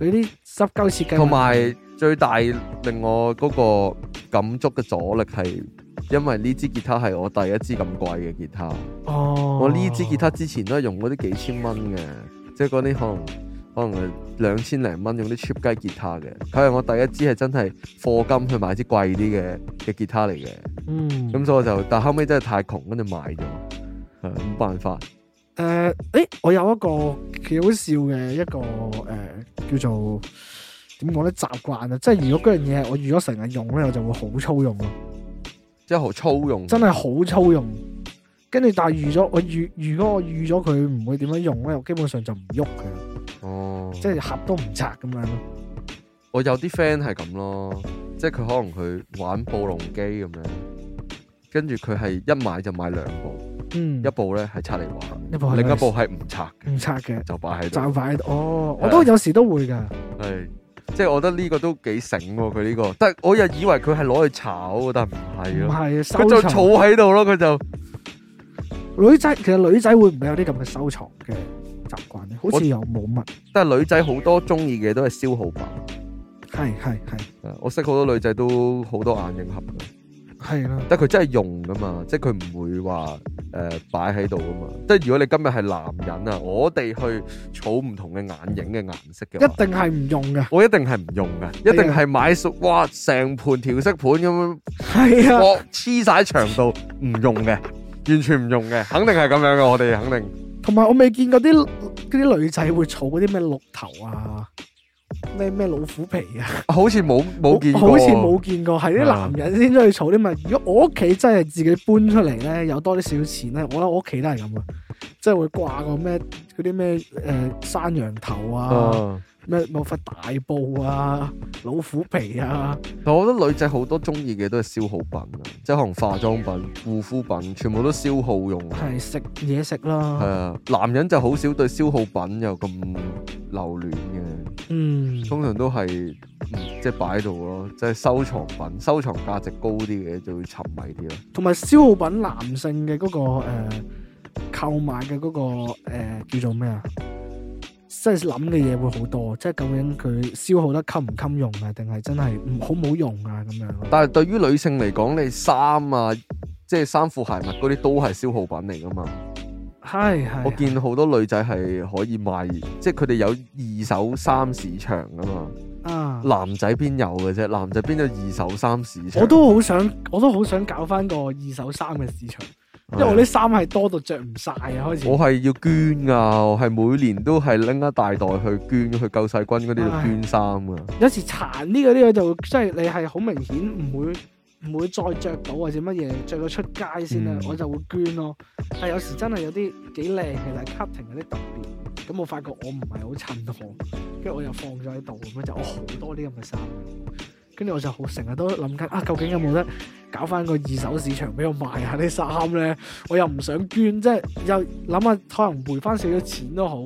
A: 佢啲濕鳩設計問題
B: 同埋最大令我嗰個感觸嘅阻力係。因為呢支吉他係我第一支咁貴嘅吉他，
A: 哦，
B: 我呢支吉他之前都係用嗰啲幾千蚊嘅，即係嗰啲可能可能係兩千零蚊用啲 cheap 雞吉他嘅。佢係我第一支係真係課金去買支貴啲嘅嘅吉他嚟嘅。
A: 嗯
B: 咁所以我就，但後尾真係太窮，跟住賣咗，係冇辦法。
A: 誒誒，我有一個幾好笑嘅一個誒、叫做點講咧習慣啊，即係如果嗰樣嘢係我預咗成日用咧，我就會好粗用咯。啊
B: 即係好粗用，
A: 真係好粗用。跟住但係預咗我預，如果我預咗佢唔會點樣用咧，我基本上就唔喐佢，
B: 哦，
A: 即係盒都唔拆咁樣咯。
B: 我有啲 friend 係咁咯，即係佢可能佢玩暴龍機咁樣，跟住佢係一買就買兩部，
A: 嗯
B: 一，部咧係拆嚟玩，
A: 一部係
B: 另一部係唔拆嘅，
A: 唔拆嘅，
B: 就擺喺度。
A: 就擺喺度。哦，
B: 係啊
A: 我都有時都會㗎。
B: 係，即係我覺得呢個都幾醒喎，佢呢個，但係我又以為佢係攞去炒，但唔係
A: 唔
B: 咯，
A: 係
B: 佢就
A: 收藏。
B: 儲喺度咯，佢就
A: 女仔其實女仔會唔會有啲咁嘅收藏嘅習慣咧？好似又冇乜。
B: 但係女仔好多中意嘅都係消耗品，
A: 係係係
B: 我識好多女仔都好多眼影盒嘅，
A: 係啦。
B: 但係佢真係用噶嘛，即係佢唔會話誒擺喺度噶嘛，即係如果你今日係男人啊，我哋去儲唔同嘅眼影嘅顏色
A: 一
B: 嘅話。
A: 定係唔用㗎。
B: 我一定係唔用嘅，一定係買熟哇成盤調色盤咁樣
A: 係啊，
B: 我黐晒喺牆度，唔用嘅，完全唔用嘅，肯定係咁樣嘅，我哋肯定
A: 同埋我未見過啲嗰啲女仔會儲嗰啲咩鹿頭啊，咩咩老虎皮啊。
B: 好似冇冇見過，
A: 好似冇見過，係啲
B: 啊
A: 男人先出去儲啲物。如果我屋企真係自己搬出嚟咧，有多啲少少錢咧，我覺得我屋企都係咁嘅，即係會掛個咩嗰啲咩誒山羊頭啊，
B: 啊。
A: 咩某塊大布啊、老虎皮啊，
B: 但我覺得女仔好多中意嘅都係消耗品啊，即係可能化妝品、護膚品，全部都消耗用嘅。
A: 係食嘢食
B: 係
A: 啦，
B: 啊，男人就好少對消耗品有咁留戀嘅，
A: 嗯，
B: 通常都係嗯即係擺喺度咯，即係收藏品，收藏價值高啲嘅就會沉迷啲咯。
A: 同埋消耗品男性嘅嗰、個誒、呃、購買嘅嗰、個、呃、叫做咩啊？即係諗嘅嘢會好多，即係究竟佢消耗得襟唔襟用啊，定係真係唔好唔好用啊咁樣。
B: 但係對於女性嚟講，你衫啊，即係衫褲鞋襪嗰啲都係消耗品嚟噶嘛。
A: 係啊係，
B: 我見好多女仔係可以賣，即係佢哋有二手衫市場噶嘛。
A: 啊，
B: 男仔邊有嘅啫？男仔邊有二手衫市場？
A: 我都好想，我都好想搞翻個二手衫嘅市場，因為我啲衫係多到着唔晒啊，開始。
B: 我係要捐噶，我係每年都係拎一大袋去捐，去救世軍嗰啲度
A: 唉
B: 捐衫噶。
A: 有時殘啲嗰啲佢就即係你係好明顯唔會唔會再着到或者乜嘢，着到出街先啦，
B: 嗯
A: 我就會捐咯。但有時真係有啲幾靚嘅，但係 cutting 有啲特別，咁我發覺我唔係好襯我，跟住我又放咗喺度咁樣就哦我好多啲咁嘅衫。跟住我就好成日都諗緊啊，究竟有冇得搞翻個二手市場俾我賣下啲衫咧？我又唔想捐，即係又諗下可能賠翻少少錢都好，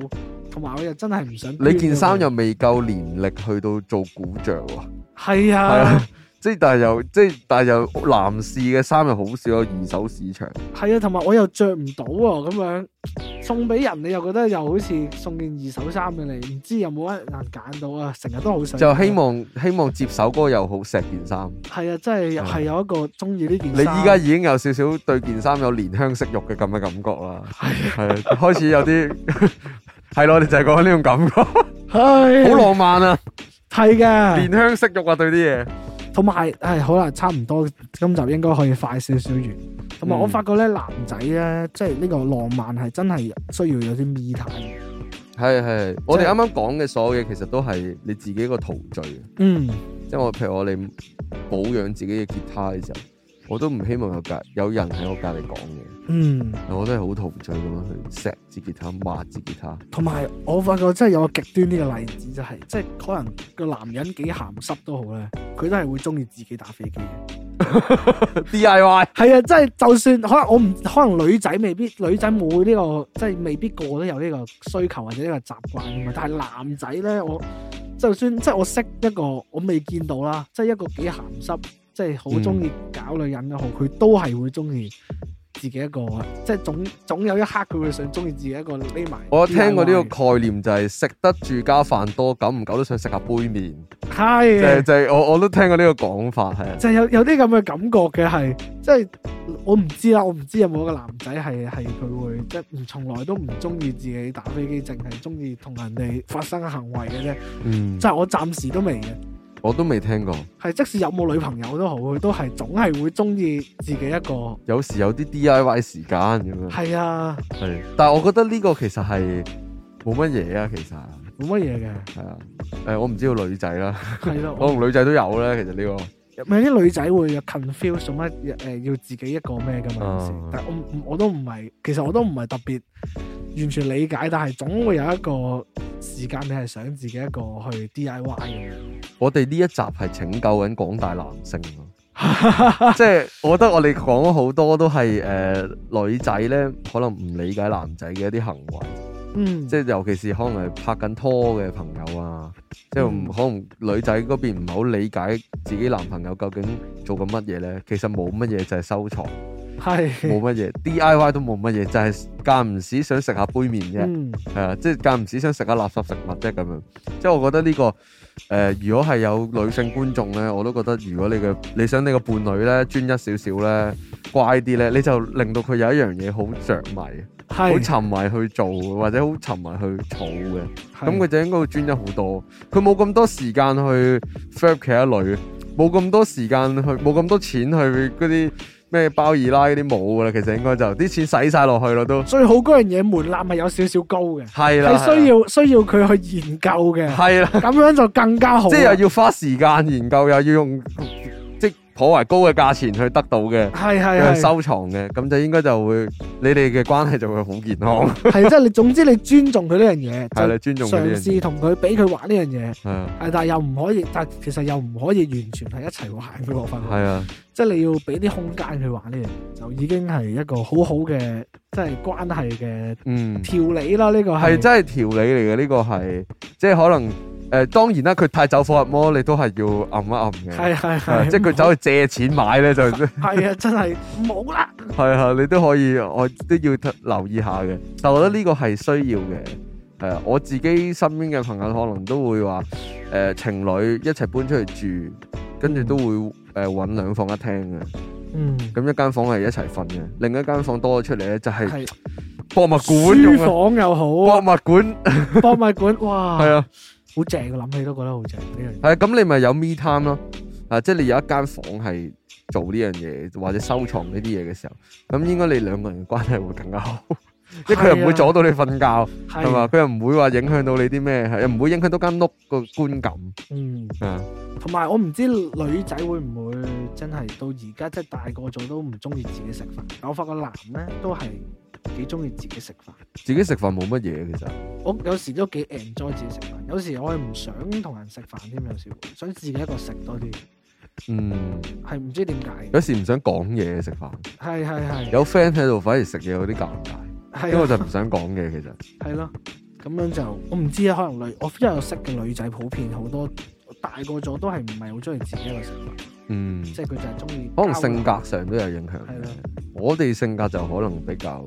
A: 同埋我又真係唔想捐
B: 你件衫
A: 咁樣
B: 又未夠年力去到做古着喎，
A: 係
B: 係
A: 啊
B: 啊。即係但係又即係但係又男士嘅衫又好少有二手市場，
A: 係啊，同埋我又着唔到喎，咁樣送俾人，你又覺得又好似送件二手衫俾你，唔知有冇一人揀到啊？成日都好想
B: 就希望希望接手嗰個又好錫件衫。
A: 係啊，真係
B: 嗯
A: 係有一個中意呢件
B: 你
A: 衫。
B: 依家已經有少少對件衫有憐香惜玉嘅咁嘅感覺啦，係啊開始有啲 係咯，你就係講緊呢種感覺， 好
A: 係
B: 浪漫啊！
A: 係嘅，
B: 憐香惜玉啊，對啲嘢。
A: 同埋係好啦，差唔多今集應該可以快少少完。同埋
B: 嗯
A: 我發覺咧，男仔咧，即係呢個浪漫係真係需要有啲 me time
B: 係係，我哋啱啱講嘅所有嘢其實都係你自己個陶醉嘅，
A: 嗯，
B: 即係我譬如我哋保養自己嘅吉他嘅時候，我都唔希望有隔有人喺我隔離講嘢，
A: 嗯。
B: 我都係好陶醉咁樣去錫支吉他、抹支吉他。
A: 同埋我發覺真係有個極端啲嘅例子，就係、即係可能個男人幾鹹濕都好咧，佢都係會中意自己打飛機嘅。
B: D I Y
A: 係啊，即係就算可能我唔可能女仔未必女仔冇呢、個即係未必個個都有呢個需求或者呢個習慣噶嘛，但係男仔咧，我就算即係我識一個我未見到啦，即係一個幾鹹濕，即係好中意搞女人嘅好，佢都係會中意自己一個，即係總總有一刻佢會想中意自己一個匿埋 DIY。
B: 我聽過呢個概念就係食得住家飯多，久唔久都想食下杯麵，
A: 係啊
B: 就係就係我我都聽過呢個講法係啊。
A: 就係有有啲咁嘅感覺嘅係，即係我唔知啦，我唔知有冇一個男仔係係佢會即係唔從來都唔中意自己打飛機，淨係中意同人哋發生行為嘅啫。
B: 嗯，
A: 就係我暫時都未嘅，
B: 我都未聽過。
A: 係即使有冇女朋友都好，佢都係總係會中意自己一個。
B: 有時有啲 D I Y 時間咁樣。
A: 係啊，
B: 係，但係我覺得呢個其實係冇乜嘢啊，其實
A: 冇乜嘢嘅，
B: 係啊，誒、我唔知道女仔 啦，
A: 係咯。
B: 我
A: 我
B: 同女仔都有啦，其實呢、個
A: 咪啲女仔會有 confuse 做乜誒要自己一個咩㗎嘛？有時
B: 啊
A: 但我唔我都唔係，其實我都唔係特別完全理解，但係總會有一個時間你係想自己一個去 DIY 咁樣。
B: 我哋呢一集係拯救緊廣大男性 咯，即係我覺得我哋講咗好多都係誒、女仔咧，可能唔理解男仔嘅一啲行為，
A: 嗯，
B: 即係尤其是可能係拍緊拖嘅朋友啊，即係唔
A: 嗯
B: 可能女仔嗰邊唔係好理解自己男朋友究竟做緊乜嘢咧，其實冇乜嘢就係收藏。
A: 係，
B: 冇乜嘢，D I Y 都冇乜嘢，就係間唔時想食下杯麵啫，
A: 嗯
B: 係啊、即係間唔時想食下垃圾食物啫咁樣。即係我覺得呢、個誒、呃如果係有女性觀眾咧，我都覺得如果你嘅你想你個伴侶咧專一少少咧，乖啲咧，你就令到佢有一樣嘢好着迷，好
A: 係，
B: 沉迷去做，或者好沉迷去儲嘅，
A: 係
B: 咁佢就應該會專一好多。佢冇咁多時間去 f a p 其他女，冇咁多時間去，冇咁多錢去嗰啲咩包二奶嗰啲冇噶啦。其實應該就啲錢使晒落去咯，都
A: 最好嗰樣嘢門檻係有少少高嘅，
B: 係啦，
A: 係需要需要佢去研究嘅，
B: 係啦，
A: 咁樣就更加好啦。啊
B: 即係又要花時間研究，又要用即係頗為高嘅價錢去得到嘅。
A: 係係
B: 去
A: 係。
B: 收藏嘅，咁就應該就會你哋嘅關係就會好健康，
A: 係即係你，總之你尊重佢呢樣
B: 係啦，
A: 嘢，
B: 尊
A: 就
B: 重佢
A: 嘗
B: 呢樣
A: 試
B: 嘢，
A: 同佢俾佢玩呢樣嘢，
B: 係啊，
A: 係但係又唔可以，但係其實又唔可以完全係一齊玩嘅，我發覺，
B: 係啊，
A: 即係你要俾啲空間佢玩呢樣嘢，就已經係一個好好嘅即係關係嘅
B: 嗯。
A: 調理啦。呢個
B: 係
A: 係
B: 真係條理嚟嘅，呢個係即係可能誒、誒當然啦，佢太走火入魔，你都係要暗一暗嘅。
A: 係係
B: 係啊
A: 係，
B: 即係佢走去借錢買咧，就係
A: 係啊，真 係冇啦。
B: 啊，你都可以，我都要留意下嘅。但我覺得呢個係需要嘅。係啊，我自己身邊嘅朋友可能都會話，誒、情侶一齊搬出去住，跟住都會誒揾、兩房一廳嘅。
A: 嗯，
B: 咁一間房係一齊瞓嘅，另一間房多咗出嚟咧就係
A: 係
B: 博物館
A: 書
B: 用啊，
A: 房又
B: 博
A: 好，
B: 物館
A: 博物館，哇，
B: 係啊，
A: 好正，我諗起都覺得好正呢樣嘢。
B: 係啊咁你咪有 me time 咯，啊即係你有一間房係做呢樣嘢或者收藏呢啲嘢嘅時候，咁應該你兩個人嘅關係會更加好，即係佢又唔會阻到你瞓覺係嘛，
A: 啊係，
B: 佢又唔會話影響到你啲咩，係又唔會影響到間屋個觀感
A: 嗯，
B: 啊，
A: 同埋我唔知女仔會唔會真係到而家即係大個咗都唔中意自己食飯。我發覺男咧都係幾中意自己食飯。
B: 自己食飯冇乜嘢其實，
A: 我有時都幾 enjoy 自己食飯，有時我係唔想同人食飯添，有時會想自己一個食多啲，
B: 嗯，
A: 係唔知點解嘅。
B: 有時唔想講嘢食飯，
A: 係係係，
B: 有 friend 喺度反而食嘢有啲尷尬，因為
A: 係
B: 我
A: 啊
B: 就唔想講嘢其實。
A: 係咯，咁樣就我唔知啊，可能女我因為我識嘅女仔普遍好多大個咗都係唔係好中意自己一個食飯，
B: 嗯，
A: 即係佢就係中意
B: 可能
A: 交流
B: 性格上都有影響
A: 係
B: 嘅
A: 咯。
B: 我哋性格就可能比較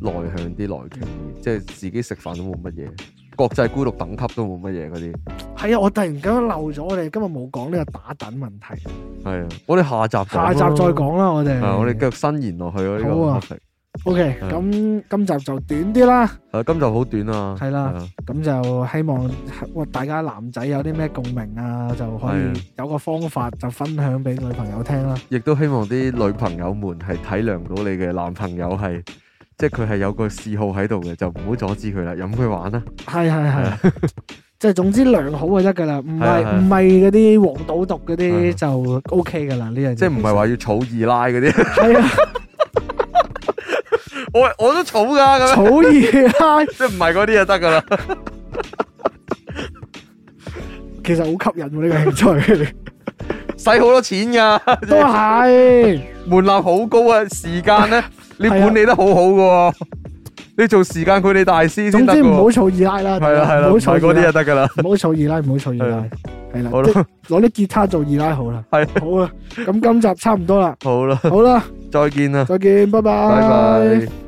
B: 內向啲、內傾
A: 嗯
B: 啲，即係自己食飯都冇乜嘢，國際孤獨等級都冇乜嘢嗰啲。
A: 係啊！我突然間漏咗，我哋今日冇講呢個打等問題，
B: 係啊，嗯我哋下集
A: 下集再
B: 講啦。
A: 講啦，我哋。
B: 係我哋繼續伸延落去咯呢個
A: 好啊
B: topic。
A: O K，
B: 嗯
A: 咁今集就短啲啦，
B: 係今集好短啊。
A: 係啦
B: 係啊，
A: 咁就希望哇大家男仔有啲咩共鳴啊，就可以
B: 係啊
A: 有個方法就分享俾女朋友聽啦。
B: 亦都希望啲女朋友們係體諒到你嘅男朋友係，即係佢係有個嗜好喺度嘅，就唔好阻止佢啦，任佢玩啦。
A: 係係係， 即係總之良好就得噶啦，唔
B: 係啊
A: 係唔係嗰啲黃賭毒嗰
B: 係
A: 啲就 O K 噶啦呢樣嘢。
B: 即係唔係話要草二奶嗰啲，
A: 係啊，
B: 我我都草㗎咁樣。
A: 草二奶
B: 即係唔係嗰啲就得㗎啦。
A: 其實好吸引喎呢個興 趣，
B: 使好多錢噶，
A: 都係。
B: 門檻好高啊！時 間咧，你
A: 啊
B: 管理得好好嘅喎，你做時間管理大師先
A: 總
B: 得
A: 之
B: 嘅
A: 唔好
B: 喎。
A: 儲二奶啦，
B: 係啦係啦，
A: 唔
B: 唔
A: 好啊
B: 係
A: 儲
B: 嗰
A: 二
B: 啲
A: 奶
B: 就，得㗎啦。
A: 唔好儲二奶，唔好儲二奶，係啦，
B: 好
A: 即係
B: 啦，
A: 攞啲吉他做二奶好啦，
B: 係
A: 好啊，咁今集差唔多啦，
B: 好啦，
A: 好啦，
B: 再見啦，啊
A: 再見，拜拜，
B: 拜拜。